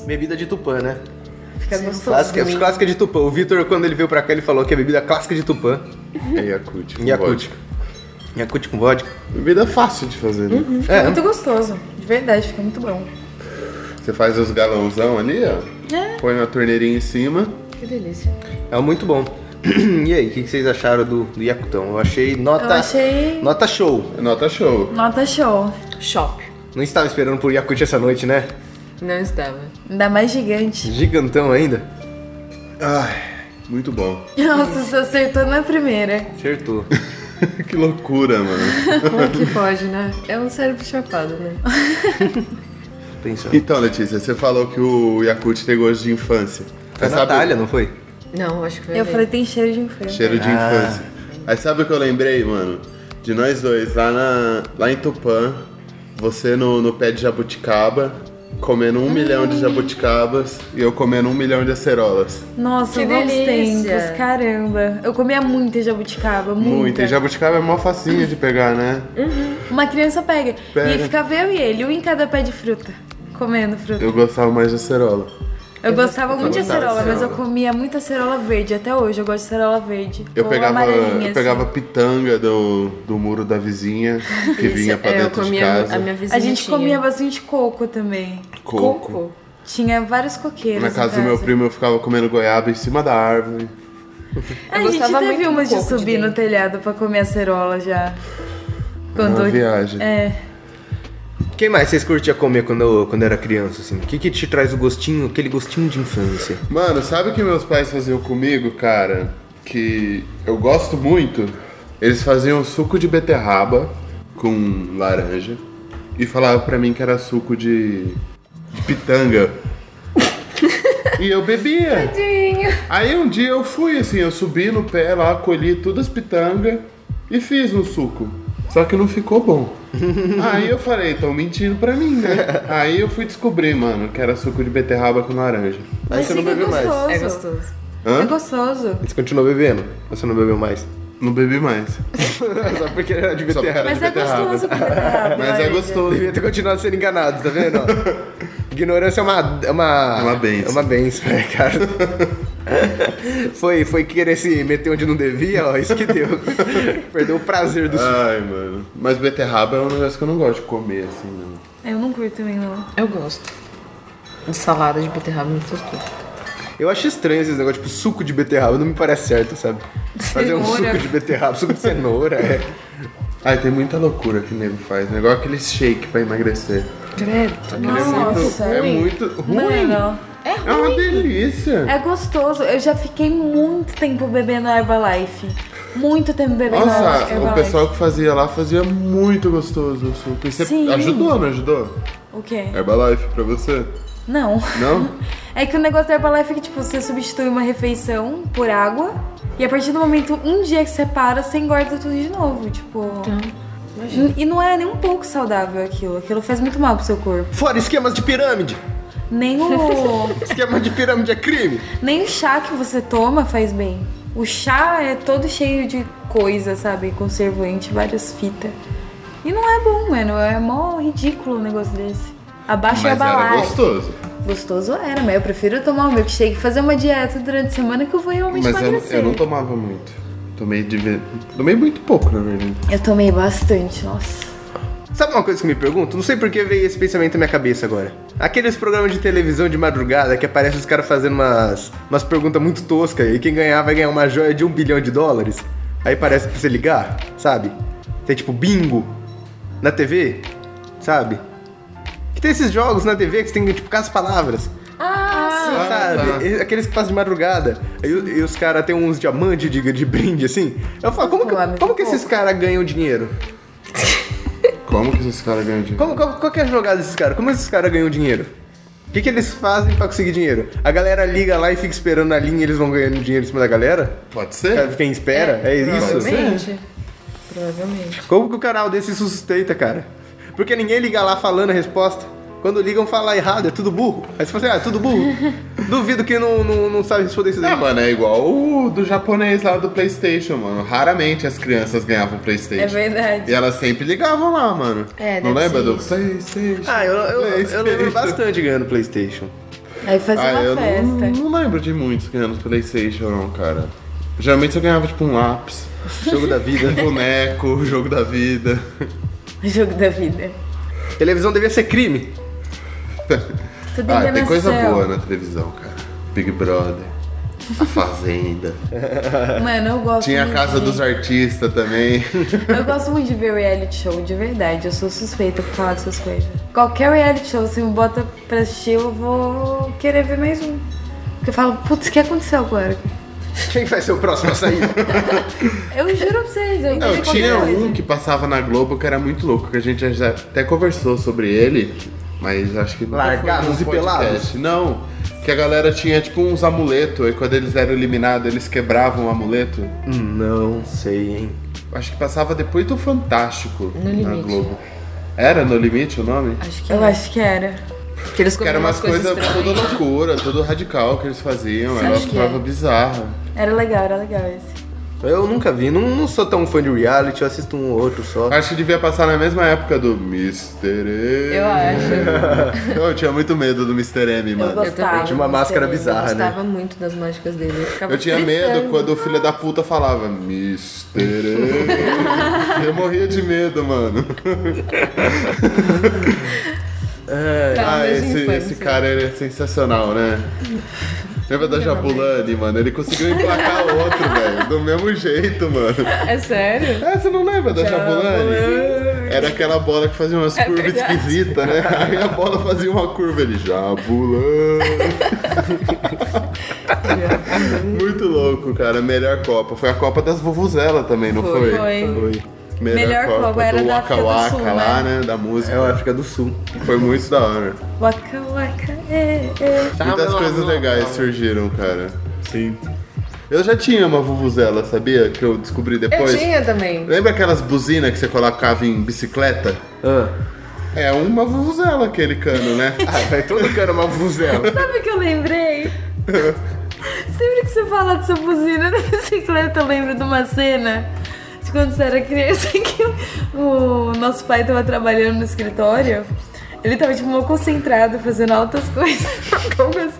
Speaker 1: Bebida de Tupã, né?
Speaker 4: Fica gostoso.
Speaker 1: Clássica, clássica de Tupã. O Vitor, quando ele veio pra cá, ele falou que é bebida clássica de Tupã.
Speaker 3: É Yakut. com
Speaker 1: Yakut.
Speaker 3: vodka.
Speaker 1: Yakut com vodka. É,
Speaker 3: Bebida fácil de fazer, né?
Speaker 1: Uhum.
Speaker 2: fica muito gostoso. De verdade, fica muito bom.
Speaker 3: Você faz os galãozão ali, ó. Põe uma torneirinha em cima.
Speaker 4: Que delícia.
Speaker 1: É muito bom. E aí, o que que vocês acharam do, do Yakutão? Eu achei nota.
Speaker 2: Eu achei.
Speaker 1: Nota show.
Speaker 3: é Nota show.
Speaker 2: Nota show.
Speaker 4: Shop.
Speaker 1: Não estava esperando por Yakut essa noite, né?
Speaker 4: Não estava.
Speaker 2: Ainda mais gigante.
Speaker 1: Gigantão ainda.
Speaker 3: Ai, muito bom.
Speaker 2: Nossa, você acertou na primeira.
Speaker 1: Acertou.
Speaker 3: que loucura, mano.
Speaker 4: Como que pode, né? É um cérebro chapado, né?
Speaker 1: Pensando.
Speaker 3: Então, Letícia, você falou que o Yakut tem gosto de infância.
Speaker 1: Foi a
Speaker 3: Aí sabe-
Speaker 1: Natália, não foi?
Speaker 4: Não, acho que foi.
Speaker 2: Eu
Speaker 4: bem.
Speaker 2: falei, tem cheiro de inferno.
Speaker 3: Cheiro de
Speaker 1: Ah.
Speaker 3: infância. Aí sabe o que eu lembrei, mano? De nós dois, lá, na, lá em Tupã, você no, no pé de jabuticaba, comendo um milhão de jabuticabas e eu comendo um milhão de acerolas.
Speaker 2: Nossa,
Speaker 4: Que
Speaker 2: bons
Speaker 4: delícia.
Speaker 2: tempos, caramba. Eu comia muita jabuticaba, muita.
Speaker 3: Muito. E jabuticaba é mó facinho de pegar, né?
Speaker 2: Uma criança pega.
Speaker 3: Pega.
Speaker 2: E ficava eu e ele, um em cada pé de fruta, comendo fruta.
Speaker 3: Eu gostava mais de acerola.
Speaker 2: Eu, gostava muito de
Speaker 3: gostava de
Speaker 2: acerola, mas eu
Speaker 3: acerola.
Speaker 2: comia muita acerola verde. Até hoje eu gosto de acerola verde.
Speaker 3: Eu
Speaker 2: Ou
Speaker 3: pegava,
Speaker 2: amarelinha,
Speaker 3: eu pegava
Speaker 2: assim.
Speaker 3: pitanga do, do muro da vizinha, que vinha pra
Speaker 4: É, eu
Speaker 3: dentro de
Speaker 4: comia
Speaker 3: casa.
Speaker 4: a minha vizinha.
Speaker 2: A gente
Speaker 4: tinha.
Speaker 2: comia bastante coco também.
Speaker 3: Coco.
Speaker 2: Tinha vários coqueiros.
Speaker 3: Na
Speaker 2: em
Speaker 3: casa do meu primo eu ficava comendo goiaba em cima da árvore.
Speaker 2: A
Speaker 4: Eu
Speaker 2: gente
Speaker 4: gostava
Speaker 2: teve
Speaker 4: muito do
Speaker 2: uma de
Speaker 4: coco de
Speaker 2: subir no
Speaker 4: dentro.
Speaker 2: telhado pra comer acerola já. Quando.
Speaker 3: Uma viagem.
Speaker 2: É.
Speaker 1: Quem mais vocês curtiam comer quando, quando era criança, assim? O que, que te traz o gostinho, aquele gostinho de infância?
Speaker 3: Mano, sabe o que meus pais faziam comigo, cara? Que eu gosto muito. Eles faziam suco de beterraba com laranja e falavam pra mim que era suco de, de pitanga. e eu bebia. Aí um dia eu fui assim, eu subi no pé lá, colhi todas as pitangas e fiz um suco. Só que não ficou bom. Aí eu falei, tão mentindo pra mim, né? Aí eu fui descobrir, mano, que era suco de beterraba com laranja.
Speaker 1: Aí
Speaker 2: Mas
Speaker 1: você não
Speaker 2: fica
Speaker 1: bebeu mais.
Speaker 2: gostoso.
Speaker 4: É gostoso.
Speaker 3: Hã?
Speaker 2: É gostoso.
Speaker 1: Você continuou bebendo? Você não bebeu mais?
Speaker 3: Não bebi mais.
Speaker 1: Só porque era de
Speaker 3: Só porque
Speaker 1: beterraba.
Speaker 3: era
Speaker 2: Mas
Speaker 3: de
Speaker 2: é
Speaker 3: beterraba.
Speaker 2: gostoso com beterraba.
Speaker 3: Mas é
Speaker 2: laranja.
Speaker 3: gostoso.
Speaker 1: Devia ter continuado sendo enganado, tá vendo? ó? Ignorância é uma. É uma,
Speaker 3: É uma benção.
Speaker 1: É uma benção, né, cara? foi, foi querer se meter onde não devia, ó, isso que deu. Perdeu o prazer do suco.
Speaker 3: Ai, mano. Mas beterraba é um negócio que eu não gosto de comer, assim, não.
Speaker 2: Eu não curto também, não.
Speaker 4: Eu gosto. De salada de beterraba muito gostoso.
Speaker 1: Eu acho estranho esses negócios, tipo, suco de beterraba, não me parece certo, sabe? Fazer um
Speaker 2: Cenoura.
Speaker 1: suco de beterraba, suco de cenoura, é.
Speaker 3: Ai, tem muita loucura que o nego faz, né? Igual aquele shake pra emagrecer.
Speaker 4: Credo.
Speaker 3: Ele
Speaker 2: Nossa,
Speaker 3: é
Speaker 2: ruim.
Speaker 3: muito. É muito ruim.
Speaker 2: Mano,
Speaker 3: é uma delícia.
Speaker 2: é gostoso. Eu já fiquei muito tempo bebendo Herbalife. Muito tempo bebendo
Speaker 3: Nossa,
Speaker 2: Herbalife.
Speaker 3: o pessoal que fazia lá fazia muito gostoso o suco. E você
Speaker 2: Sim.
Speaker 3: ajudou, não ajudou?
Speaker 2: O quê?
Speaker 3: Herbalife pra você?
Speaker 2: Não.
Speaker 3: Não?
Speaker 2: É que o negócio da Herbalife é que, tipo, você substitui uma refeição por água. E a partir do momento, um dia que você para, você engorda tudo de novo. Tipo. E não é nem um pouco saudável aquilo. Aquilo faz muito mal pro seu corpo.
Speaker 1: Fora esquemas de pirâmide!
Speaker 2: Nem o.
Speaker 1: Esquema de pirâmide é crime!
Speaker 2: Nem o chá que você toma faz bem. O chá é todo cheio de coisa, sabe? Conservante, várias fitas. E não é bom, mano. É mó ridículo um negócio desse. Abaixo é
Speaker 3: Mas era
Speaker 2: balada.
Speaker 3: gostoso.
Speaker 2: Gostoso era, mas eu prefiro tomar um milkshake e fazer uma dieta durante a semana que eu vou realmente
Speaker 3: Mas eu,
Speaker 2: emagrecer.
Speaker 3: eu não tomava muito. Tomei de vez. Tomei muito pouco, na verdade.
Speaker 2: Eu tomei bastante, nossa.
Speaker 1: Sabe uma coisa que eu me pergunto? Não sei por que veio esse pensamento na minha cabeça agora. Aqueles programas de televisão de madrugada que aparece os caras fazendo umas, umas perguntas muito toscas e quem ganhar vai ganhar uma joia de um bilhão de dólares. Aí parece pra você ligar, sabe? Tem tipo bingo na TV, sabe? Que tem esses jogos na TV que você tem que tipo com as palavras.
Speaker 2: Ah,
Speaker 1: sabe?
Speaker 3: tá.
Speaker 1: E- Aqueles que passam de madrugada. E, e os caras têm uns diamantes de, de brinde, assim. Eu falo, como
Speaker 2: Pô, mas
Speaker 1: que, como que
Speaker 2: pouco.
Speaker 1: esses caras ganham dinheiro?
Speaker 3: Como que esses caras ganham dinheiro?
Speaker 1: Como, qual, qual que é a jogada desses caras? Como esses caras ganham dinheiro? O que, que eles fazem pra conseguir dinheiro? A galera liga lá e fica esperando na linha e eles vão ganhando dinheiro em cima da galera?
Speaker 3: Pode
Speaker 1: Sabe
Speaker 3: ser?
Speaker 1: Quem espera? É, isso?
Speaker 4: Provavelmente. Provavelmente.
Speaker 1: Como que o canal desse se sustenta, cara? Porque ninguém liga lá falando a resposta. Quando ligam, fala errado, é tudo burro. Aí você fala assim, ah, é tudo burro. Duvido que não, não, não sabe responder isso daí.
Speaker 3: Ah, mano, é igual o do japonês lá do Playstation, mano. Raramente as crianças ganhavam Playstation.
Speaker 2: É verdade.
Speaker 3: E elas sempre ligavam lá, mano.
Speaker 2: É,
Speaker 3: Não
Speaker 2: deve
Speaker 3: lembra
Speaker 2: ser
Speaker 3: do
Speaker 2: isso.
Speaker 3: Playstation?
Speaker 1: Ah, eu, eu, eu,
Speaker 3: PlayStation.
Speaker 1: lembro bastante ganhando Playstation.
Speaker 2: Aí fazia
Speaker 3: Ah, eu
Speaker 2: uma
Speaker 3: não,
Speaker 2: festa.
Speaker 3: não lembro de muitos ganhando Playstation, não, cara. Geralmente eu ganhava, tipo, um lápis,
Speaker 1: Jogo da vida.
Speaker 3: um boneco, jogo da vida.
Speaker 2: Jogo da vida.
Speaker 1: Televisão devia ser crime.
Speaker 2: Tudo
Speaker 3: Ah, tem
Speaker 2: enganação.
Speaker 3: coisa boa na televisão, cara. Big Brother, A Fazenda.
Speaker 2: Mano, eu gosto
Speaker 3: Tinha a
Speaker 2: muito
Speaker 3: Casa
Speaker 2: de-
Speaker 3: dos Artistas também.
Speaker 2: Eu gosto muito de ver reality show, de verdade. Eu sou suspeita por falar dessas coisas. Qualquer reality show, se me bota pra assistir, eu vou querer ver mais um. Porque eu falo, putz, o que aconteceu agora?
Speaker 1: Quem vai ser o próximo a sair?
Speaker 2: Eu juro pra vocês, eu
Speaker 3: Não,
Speaker 2: queria
Speaker 3: tinha
Speaker 2: qualquer coisa.
Speaker 3: um que passava na Globo que era muito louco, que a gente já até conversou sobre ele, mas acho que. nunca foi
Speaker 1: Largados
Speaker 3: num
Speaker 1: e
Speaker 3: podcast.
Speaker 1: pelados?
Speaker 3: Não, que a galera tinha tipo uns amuletos, e quando eles eram eliminados, eles quebravam o amuleto.
Speaker 1: Não sei, hein?
Speaker 3: Acho que passava depois do Fantástico na
Speaker 4: Limite.
Speaker 3: Globo. Era No Limite o nome?
Speaker 4: Acho que
Speaker 2: Eu
Speaker 4: é.
Speaker 2: acho que era.
Speaker 4: Porque eles
Speaker 3: Que era
Speaker 4: comiam
Speaker 3: umas coisas
Speaker 4: estranhas.
Speaker 3: toda loucura, todo radical que eles faziam, era uma
Speaker 4: acha que é?
Speaker 3: prova bizarra.
Speaker 2: Era legal, era legal esse.
Speaker 1: Eu nunca vi, não, não sou tão fã de reality, eu assisto um ou outro só.
Speaker 2: Ah,
Speaker 3: Acho que devia passar na mesma época do Mr. M.
Speaker 4: Eu acho.
Speaker 3: Eu tinha muito medo do Mr. M,
Speaker 2: Eu
Speaker 3: mano.
Speaker 2: gostava.
Speaker 1: Tinha uma máscara
Speaker 2: gostei.
Speaker 1: bizarra.
Speaker 4: Eu
Speaker 1: né?
Speaker 4: gostava muito das mágicas dele. Eu, ficava
Speaker 3: Eu tinha
Speaker 4: fritando.
Speaker 3: medo quando o filho da puta falava Mister. M." Eu morria de medo, mano.
Speaker 4: Traumas
Speaker 3: Ah,
Speaker 4: É. de
Speaker 3: esse,
Speaker 4: infância.
Speaker 3: esse cara ele é sensacional, né? Lembra da Jabulani, mano? Ele conseguiu emplacar outro, velho. Do mesmo jeito, mano.
Speaker 4: É sério?
Speaker 3: Ah, você não lembra da Jabulani?
Speaker 4: Jabulani.
Speaker 3: Era aquela bola que fazia umas curvas
Speaker 4: verdade.
Speaker 3: esquisitas, né? Aí a bola fazia uma curva, ele Jabulani. Muito louco, cara. Melhor Copa. Foi a Copa das Vuvuzela também, não foi?
Speaker 4: Foi.
Speaker 2: Foi. Melhor Copa era
Speaker 3: do
Speaker 2: da
Speaker 3: Waka
Speaker 2: África do
Speaker 3: Waka
Speaker 2: Sul,
Speaker 3: lá, né?
Speaker 2: né?
Speaker 3: Da música.
Speaker 1: É o África do Sul.
Speaker 3: Foi muito da hora.
Speaker 2: Waka waka, é, é.
Speaker 3: Muitas coisas legais surgiram, cara. Sim. Eu já tinha uma Vuvuzela, sabia? Que eu descobri
Speaker 4: Eu
Speaker 3: depois.
Speaker 4: tinha também.
Speaker 3: Lembra aquelas buzinas que você colocava em bicicleta?
Speaker 1: Ah,
Speaker 3: É uma Vuvuzela aquele cano, né?
Speaker 1: ah vai todo cara uma vuzela.
Speaker 2: Sabe o que eu lembrei? Sempre que você fala dessa buzina da bicicleta, eu lembro de uma cena de quando você era criança que o nosso pai tava trabalhando no escritório. Ele tava, tipo, mal concentrado, fazendo altas coisas.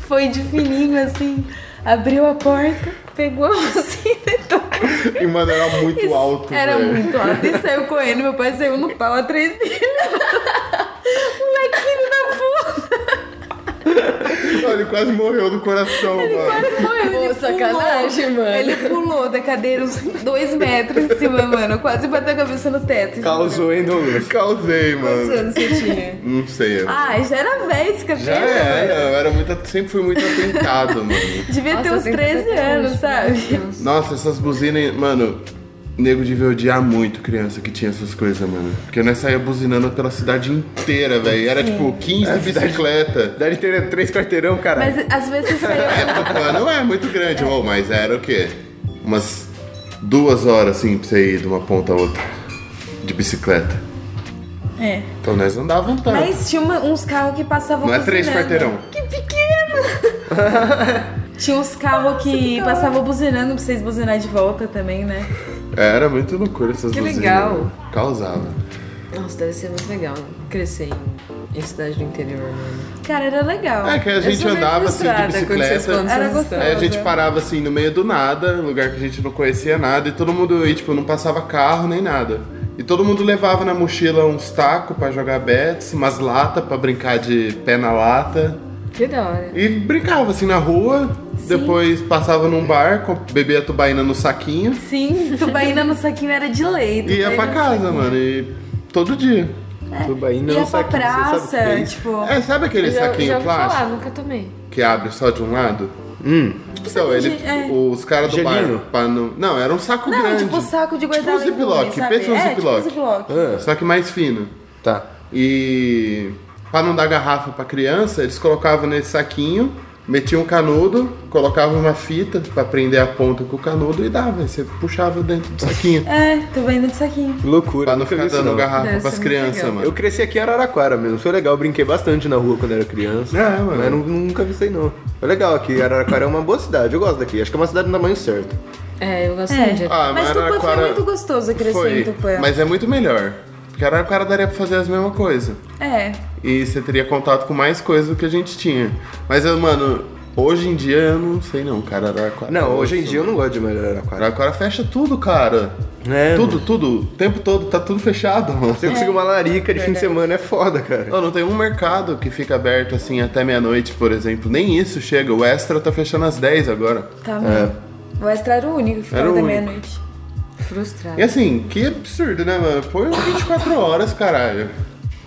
Speaker 2: Foi de fininho, assim, abriu a porta, pegou a buzina e tocou.
Speaker 3: e, mano, era muito
Speaker 2: Isso
Speaker 3: alto,
Speaker 2: Era
Speaker 3: velho.
Speaker 2: muito alto. E saiu correndo, meu pai saiu no pau atrás dele. Moleque filho da puta.
Speaker 3: Ele quase morreu do coração, mano.
Speaker 2: Foi, ele
Speaker 4: Pô, sacanagem,
Speaker 2: pulou.
Speaker 4: mano.
Speaker 2: Ele pulou da cadeira uns dois metros em cima, mano. Quase bateu a cabeça no teto.
Speaker 1: Causou, hein, Douglas?
Speaker 3: Causei,
Speaker 4: Quantos
Speaker 3: mano.
Speaker 4: anos você tinha?
Speaker 3: Não sei. eu-
Speaker 2: Ah, já era velho esse cabelo.
Speaker 3: já era. Eu era muito, sempre fui muito atentado, mano.
Speaker 2: Devia ter
Speaker 4: Nossa,
Speaker 2: uns
Speaker 4: eu tenho
Speaker 2: 13
Speaker 4: tanta
Speaker 2: anos,
Speaker 4: vontade.
Speaker 2: sabe?
Speaker 3: Nossa, essas buzinas, mano. Nego devia odiar muito criança que tinha essas coisas, mano. Porque nós saía buzinando pela cidade inteira, velho. Era tipo
Speaker 1: É
Speaker 3: 15 bicicleta.
Speaker 1: Deve ter três quarteirão, cara.
Speaker 2: Mas às vezes saiu.
Speaker 3: Ah, Não é muito grande, ô, mas era o quê? Umas duas horas assim pra você ir de uma ponta a outra. De bicicleta.
Speaker 2: É.
Speaker 3: Então nós andavam tanto.
Speaker 2: Mas tinha uma- uns carros que passavam
Speaker 3: Não é três
Speaker 2: buzinando.
Speaker 3: quarteirão.
Speaker 2: Que pequeno! tinha uns carros que passavam buzinando pra vocês buzinar de volta também, né?
Speaker 3: É, Era muito loucura essas
Speaker 4: Que
Speaker 3: buzinas.
Speaker 4: legal.
Speaker 3: mano. Causava.
Speaker 4: Nossa, deve ser muito legal crescer em, em cidade do interior, mano.
Speaker 2: Cara, era legal.
Speaker 3: É que a gente
Speaker 4: sou meio
Speaker 3: andava assim de
Speaker 4: frustrada quando vocês
Speaker 3: bicicleta.
Speaker 4: falam dessas
Speaker 2: Era gostoso.
Speaker 4: histórias.
Speaker 3: Aí a gente parava assim no meio do nada, um lugar que a gente não conhecia nada, e todo mundo ia, tipo, não passava carro nem nada. E todo mundo levava na mochila uns tacos pra jogar bets, umas latas pra brincar de pé na lata.
Speaker 4: Que da hora.
Speaker 3: E brincava assim na rua, depois passava num bar, co- bebia tubaína no saquinho
Speaker 2: Sim, tubaína no saquinho era de leite.
Speaker 3: e ia pra casa, né? mano. E todo dia.
Speaker 1: Tubaína
Speaker 2: Ia
Speaker 1: não
Speaker 2: É. pra
Speaker 1: sabe quem, você sabe o que é
Speaker 2: praça,
Speaker 1: isso.
Speaker 2: tipo.
Speaker 3: É, sabe aquele
Speaker 4: já,
Speaker 3: saquinho
Speaker 4: já ouvi
Speaker 3: plástico
Speaker 4: falar, nunca tomei. Tipo
Speaker 3: que abre só de um lado?
Speaker 1: Hum,
Speaker 3: Então, ele,
Speaker 2: É.
Speaker 3: os caras do
Speaker 1: Gelinho.
Speaker 3: bar, pra não, não, era um saco
Speaker 2: Não,
Speaker 3: grande.
Speaker 2: tipo saco de guardar
Speaker 3: Tipo um
Speaker 2: legume,
Speaker 3: ziploc,
Speaker 2: sabe?
Speaker 3: pensa um
Speaker 2: é,
Speaker 3: ziploc.
Speaker 2: Tipo ziploc.
Speaker 1: ah,
Speaker 3: Só que mais fino.
Speaker 1: tá.
Speaker 3: E pra não dar garrafa pra criança, eles colocavam nesse saquinho metia um canudo, colocava uma fita pra prender a ponta com o canudo e dava. Aí você puxava dentro do saquinho.
Speaker 2: É, tô vendo de saquinho.
Speaker 1: Loucura.
Speaker 3: pra não
Speaker 1: nunca
Speaker 3: ficar
Speaker 1: vi isso,
Speaker 3: dando
Speaker 1: não.
Speaker 3: garrafa
Speaker 4: Deve ser
Speaker 3: pras
Speaker 4: muito
Speaker 3: crianças,
Speaker 4: legal.
Speaker 3: mano.
Speaker 1: Eu cresci aqui em Araraquara mesmo, foi legal, eu brinquei bastante na rua quando era criança.
Speaker 3: É, mano.
Speaker 1: Mas nu- nunca vi isso aí não. Foi legal aqui, Araraquara é uma boa cidade, eu gosto daqui. Acho que é uma cidade do tamanho certo.
Speaker 4: É, eu gosto
Speaker 2: É.
Speaker 4: de.
Speaker 3: Ah,
Speaker 2: Mas Tupã foi
Speaker 3: Araraquara
Speaker 2: muito gostoso crescer
Speaker 3: foi,
Speaker 2: em Tupã.
Speaker 3: Mas é muito melhor. Porque Araraquara daria pra fazer as mesmas coisas.
Speaker 2: É.
Speaker 3: E você teria contato com mais coisas do que a gente tinha. Mas, eu, mano, hoje em dia eu não sei não, cara. Araraquara.
Speaker 1: Não, hoje em dia eu não gosto de mais de Araraquara.
Speaker 3: Araraquara fecha tudo, cara.
Speaker 1: É,
Speaker 3: Tudo, tudo. O tempo todo tá tudo fechado, mano.
Speaker 1: Se eu conseguir uma larica de fim de semana é foda, cara.
Speaker 3: Ô, não tem um mercado que fica aberto assim até meia-noite, por exemplo. Nem isso chega. O Extra tá fechando às 10 agora.
Speaker 2: Tá
Speaker 1: É.
Speaker 2: mesmo. O Extra era o único que
Speaker 3: É.
Speaker 2: ficava
Speaker 3: Era o
Speaker 2: da
Speaker 3: único.
Speaker 2: meia-noite.
Speaker 4: Frustrado.
Speaker 3: E assim, que absurdo, né, mano? Põe 24 horas, caralho.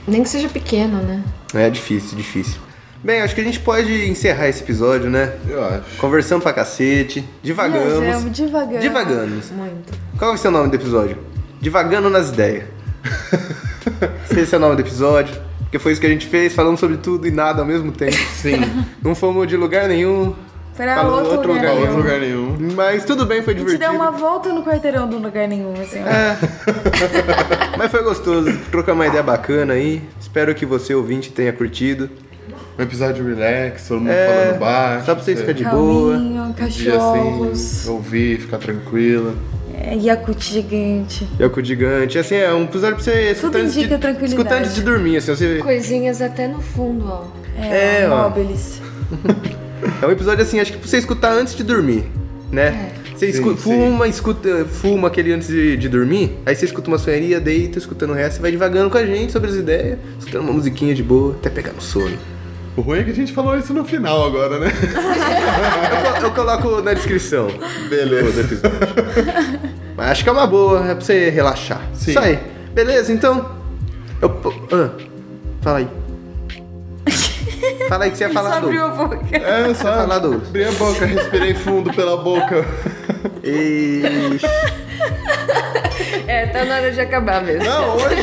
Speaker 4: Nem que seja pequeno, né?
Speaker 1: É difícil, difícil. Bem, acho que a gente pode encerrar esse episódio, né?
Speaker 3: Eu acho.
Speaker 1: Conversamos pra cacete, divagamos.
Speaker 2: Viajamos, devagamos.
Speaker 1: Divagamos.
Speaker 4: Muito.
Speaker 1: Qual vai ser o nome do episódio? Divagando nas ideias. Esse é o nome do episódio. Porque foi isso que a gente fez, falamos sobre tudo e nada ao mesmo tempo.
Speaker 3: Sim.
Speaker 1: Não fomos de lugar nenhum.
Speaker 2: Pra
Speaker 1: Falou
Speaker 2: outro,
Speaker 1: outro
Speaker 2: lugar.
Speaker 1: lugar,
Speaker 3: Pra outro
Speaker 2: nenhum.
Speaker 3: lugar nenhum.
Speaker 1: Mas tudo bem, foi
Speaker 2: A gente
Speaker 1: divertido.
Speaker 2: deu uma volta no quarteirão do lugar nenhum, assim. ó.
Speaker 3: É.
Speaker 1: Mas foi gostoso. Trocar uma ideia bacana aí. Espero que você, ouvinte, tenha curtido.
Speaker 3: Um episódio relax, todo mundo
Speaker 1: É,
Speaker 3: falando baixo.
Speaker 1: Só pra vocês
Speaker 3: você
Speaker 1: ficarem de boa.
Speaker 2: Calminho,
Speaker 3: podia,
Speaker 2: cachorros,
Speaker 3: assim, ouvir, ficar tranquilo.
Speaker 2: é, Yakut gigante.
Speaker 1: É o Gigante. Assim, é um episódio pra você escutar antes
Speaker 2: indica
Speaker 1: de,
Speaker 2: tranquilidade.
Speaker 1: escutar antes de dormir. Assim, você...
Speaker 4: Coisinhas até no fundo, ó.
Speaker 2: É,
Speaker 1: É, ó.
Speaker 2: Móbilis.
Speaker 1: É um episódio assim, acho que pra você escutar antes de dormir, né? Você
Speaker 3: Sim,
Speaker 1: escu-
Speaker 3: sim.
Speaker 1: fuma, escuta, fuma aquele antes de, de dormir, aí você escuta uma sonharia, deita, escutando o resto, você vai devagando com a gente sobre as ideias, escutando uma musiquinha de boa, até pegar no sono.
Speaker 3: O ruim é que a gente falou isso no final agora, né?
Speaker 1: Eu, co- eu coloco na descrição do
Speaker 3: Beleza.
Speaker 1: episódio. Mas acho que é uma boa, é pra você relaxar.
Speaker 3: Sim.
Speaker 1: Isso aí. Beleza, então. Eu, po- ah, fala aí. Fala aí que você ia falar do.
Speaker 4: um
Speaker 2: Abriu a boca.
Speaker 3: É, só
Speaker 1: Falar do-
Speaker 3: abri a boca, respirei fundo pela boca.
Speaker 1: Ixi.
Speaker 4: É, tá na hora de acabar mesmo.
Speaker 3: Não, hoje,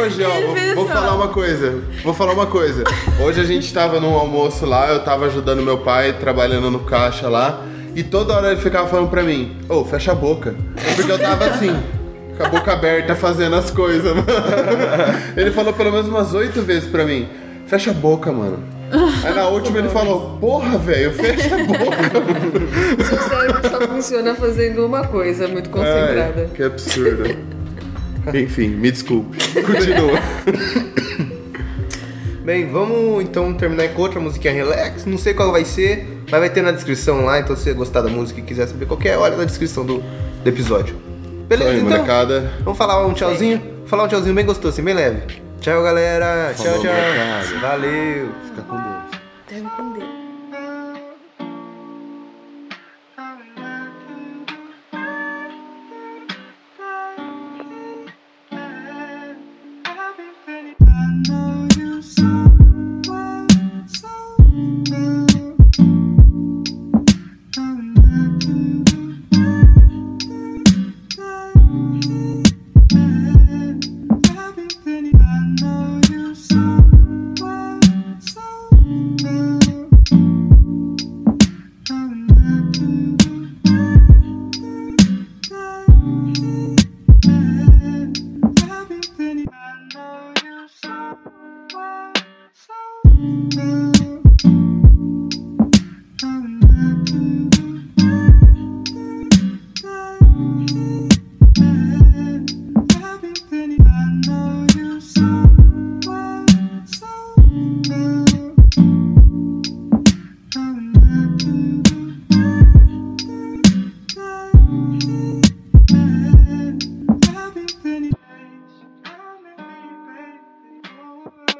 Speaker 3: hoje, ó,
Speaker 2: Ele fez
Speaker 3: vou, vou
Speaker 2: assim, ó.
Speaker 3: falar uma coisa. Vou falar uma coisa. Hoje a gente tava num almoço lá, eu tava ajudando meu pai, trabalhando no caixa lá, e toda hora ele ficava falando pra mim, ô, fecha a boca. Porque eu tava assim. Com a boca aberta fazendo as coisas, mano. Ele falou pelo menos umas oito vezes pra mim: fecha a boca, mano. Aí na última ele falou: porra, velho, fecha a boca.
Speaker 4: Seu cérebro só funciona fazendo uma coisa, muito
Speaker 3: Ai,
Speaker 4: concentrada.
Speaker 3: que absurdo. Enfim, me desculpe. Continua.
Speaker 1: Bem, vamos então terminar com outra musiquinha relax. É, Não sei qual vai ser, mas vai ter na descrição lá. Então, se você gostar da música e quiser saber é qualquer, olha na descrição do, do episódio. Beleza,
Speaker 3: Oi,
Speaker 1: então?
Speaker 3: molecada.
Speaker 1: Vamos falar um tchauzinho? Falar um tchauzinho bem gostoso, assim, bem leve. Tchau, galera. tchau,
Speaker 3: Falou,
Speaker 1: tchau.
Speaker 3: molecada.
Speaker 1: Valeu.
Speaker 3: Fica com Deus.
Speaker 2: Deve entender.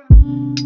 Speaker 6: Thank you.